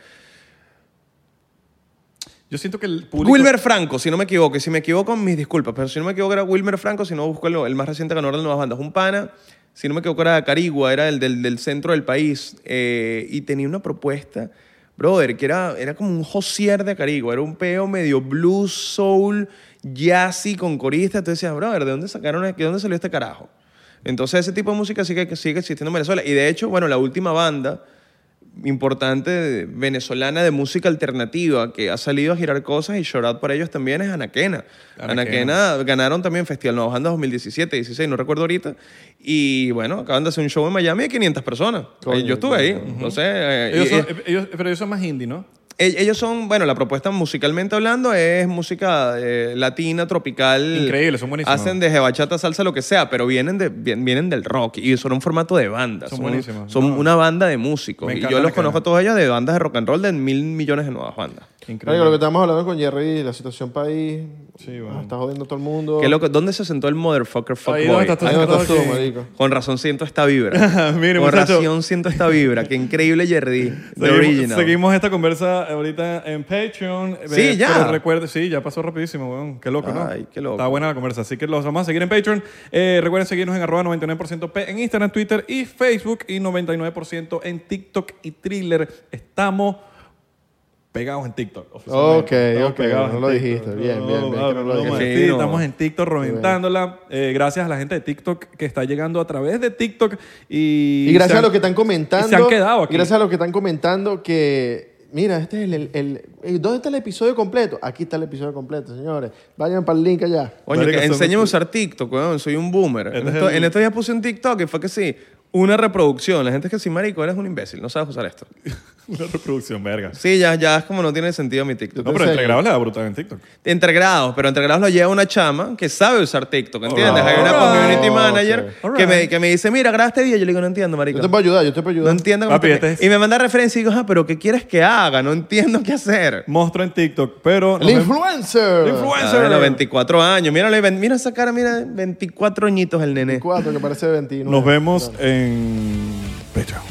Yo siento que el público...
Wilmer Franco, si no me equivoco. Y si me equivoco, mis disculpas. Pero si no me equivoco, era Wilmer Franco. Si no, busco el, el más reciente ganador de Nuevas Bandas. Un pana, si no me equivoco, era Carigua. Era el del, del centro del país. eh, y tenía una propuesta, brother, que era, era como un josier de Carigua. Era un peo medio blues, soul, jazzy, con corista. Entonces decías, brother, ¿de dónde sacaron, de dónde salió este carajo? Entonces ese tipo de música sigue, que sigue existiendo en Venezuela. Y de hecho, bueno, la última banda importante venezolana de música alternativa que ha salido a girar cosas y llorar para ellos también es Anaquena.
Anaquena.
Anaquena ganaron también Festival Nueva Banda 2017, 16, no recuerdo ahorita. Y bueno, acaban de hacer un show en Miami de 500 personas.
Coño,
Eh, yo estuve ahí, no sé. eh,
ellos
y-
son-
eh,
eh, ellos- pero ellos son más indie, ¿no?
ell- ellos son, bueno, la propuesta musicalmente hablando es música eh, latina, tropical.
Increíble, son buenísimos.
Hacen desde bachata, salsa, lo que sea, pero vienen, de, vien- vienen del rock y son un formato de banda. Son,
Son
un-
buenísimos.
son
No.
una banda de músicos.
Me
Y
encanta
yo
la
los
cara.
conozco a todos ellos de bandas de rock and roll de mil millones de nuevas bandas.
Marico, lo que
Increíble.
estábamos hablando con Jerry, la situación país,
Sí,
ah,
bueno.
está jodiendo a todo el mundo.
Qué loco, ¿Dónde se sentó el motherfucker
Ahí donde
fuckboy?
estás tú
Ahí no estás tú,
Ok.
marico.
Con razón siento esta
[laughs]
vibra.
Mire,
Con
muchacho.
razón siento esta vibra. Qué increíble Jerry. The
Seguimos,
original.
seguimos esta conversa ahorita en Patreon.
Sí,
Eh,
ya.
Pero recuerde, sí, ya pasó rapidísimo, weón. Qué loco, ¿no?
Ay, qué loco.
Está buena la conversa. Así que los vamos a seguir en Patreon. Eh, recuerden seguirnos en arroba 99% P en Instagram, Twitter y Facebook. Y 99% en TikTok y Thriller. Estamos pegados en TikTok.
Ok,
oficialmente. pues, Estamos
ok,
pegados
no
en
lo
TikTok.
dijiste. Bien, bien, bien, que no lo
no,
dijiste.
man,
Sí,
sí,
no.
estamos en TikTok reventándola. Eh, gracias a la gente de TikTok que está llegando a través de TikTok. Y,
Y gracias
se
a
han-
los que
[laughs]
están comentando.
y se han quedado aquí.
Gracias a los que están comentando que. Mira, este es el, el- el- eh, ¿Dónde está el episodio completo? Aquí está el episodio completo, señores. Vayan para el link allá.
Oye,
Marico,
que
son-
enséñame a usar TikTok, weón. Soy un boomer. En
Este es
esto-
el-
en estos días puse un TikTok y fue que sí, una reproducción. La gente es que sí, marico, eres un imbécil. No sabes usar esto.
Una reproducción, verga.
Sí, ya, ya es como no tiene sentido mi TikTok.
No, pero
enseño.
entre grados le da brutal en TikTok.
Entre grados, pero entre grados lo lleva una chama que sabe usar TikTok, ¿entiendes? Hay una
Alright.
community manager
Ok.
que, me,
Alright.
que me dice, mira, graba este video. Yo le digo, no entiendo,
Yo
marico.
te puedo ayudar, yo te puedo
No
ayudar.
entiendo cómo
Papi,
está-
este es-
Y me manda referencia y digo, ah, pero ¿qué quieres que haga? No entiendo qué hacer.
Monstruo en TikTok, pero...
el
nos vemos-
influencer.
El influencer.
Ah, bueno, 24 años. Mírale, ven- mira esa cara, mira, 24 añitos el nene.
Cuatro, que parece 29.
Nos vemos en Patreon.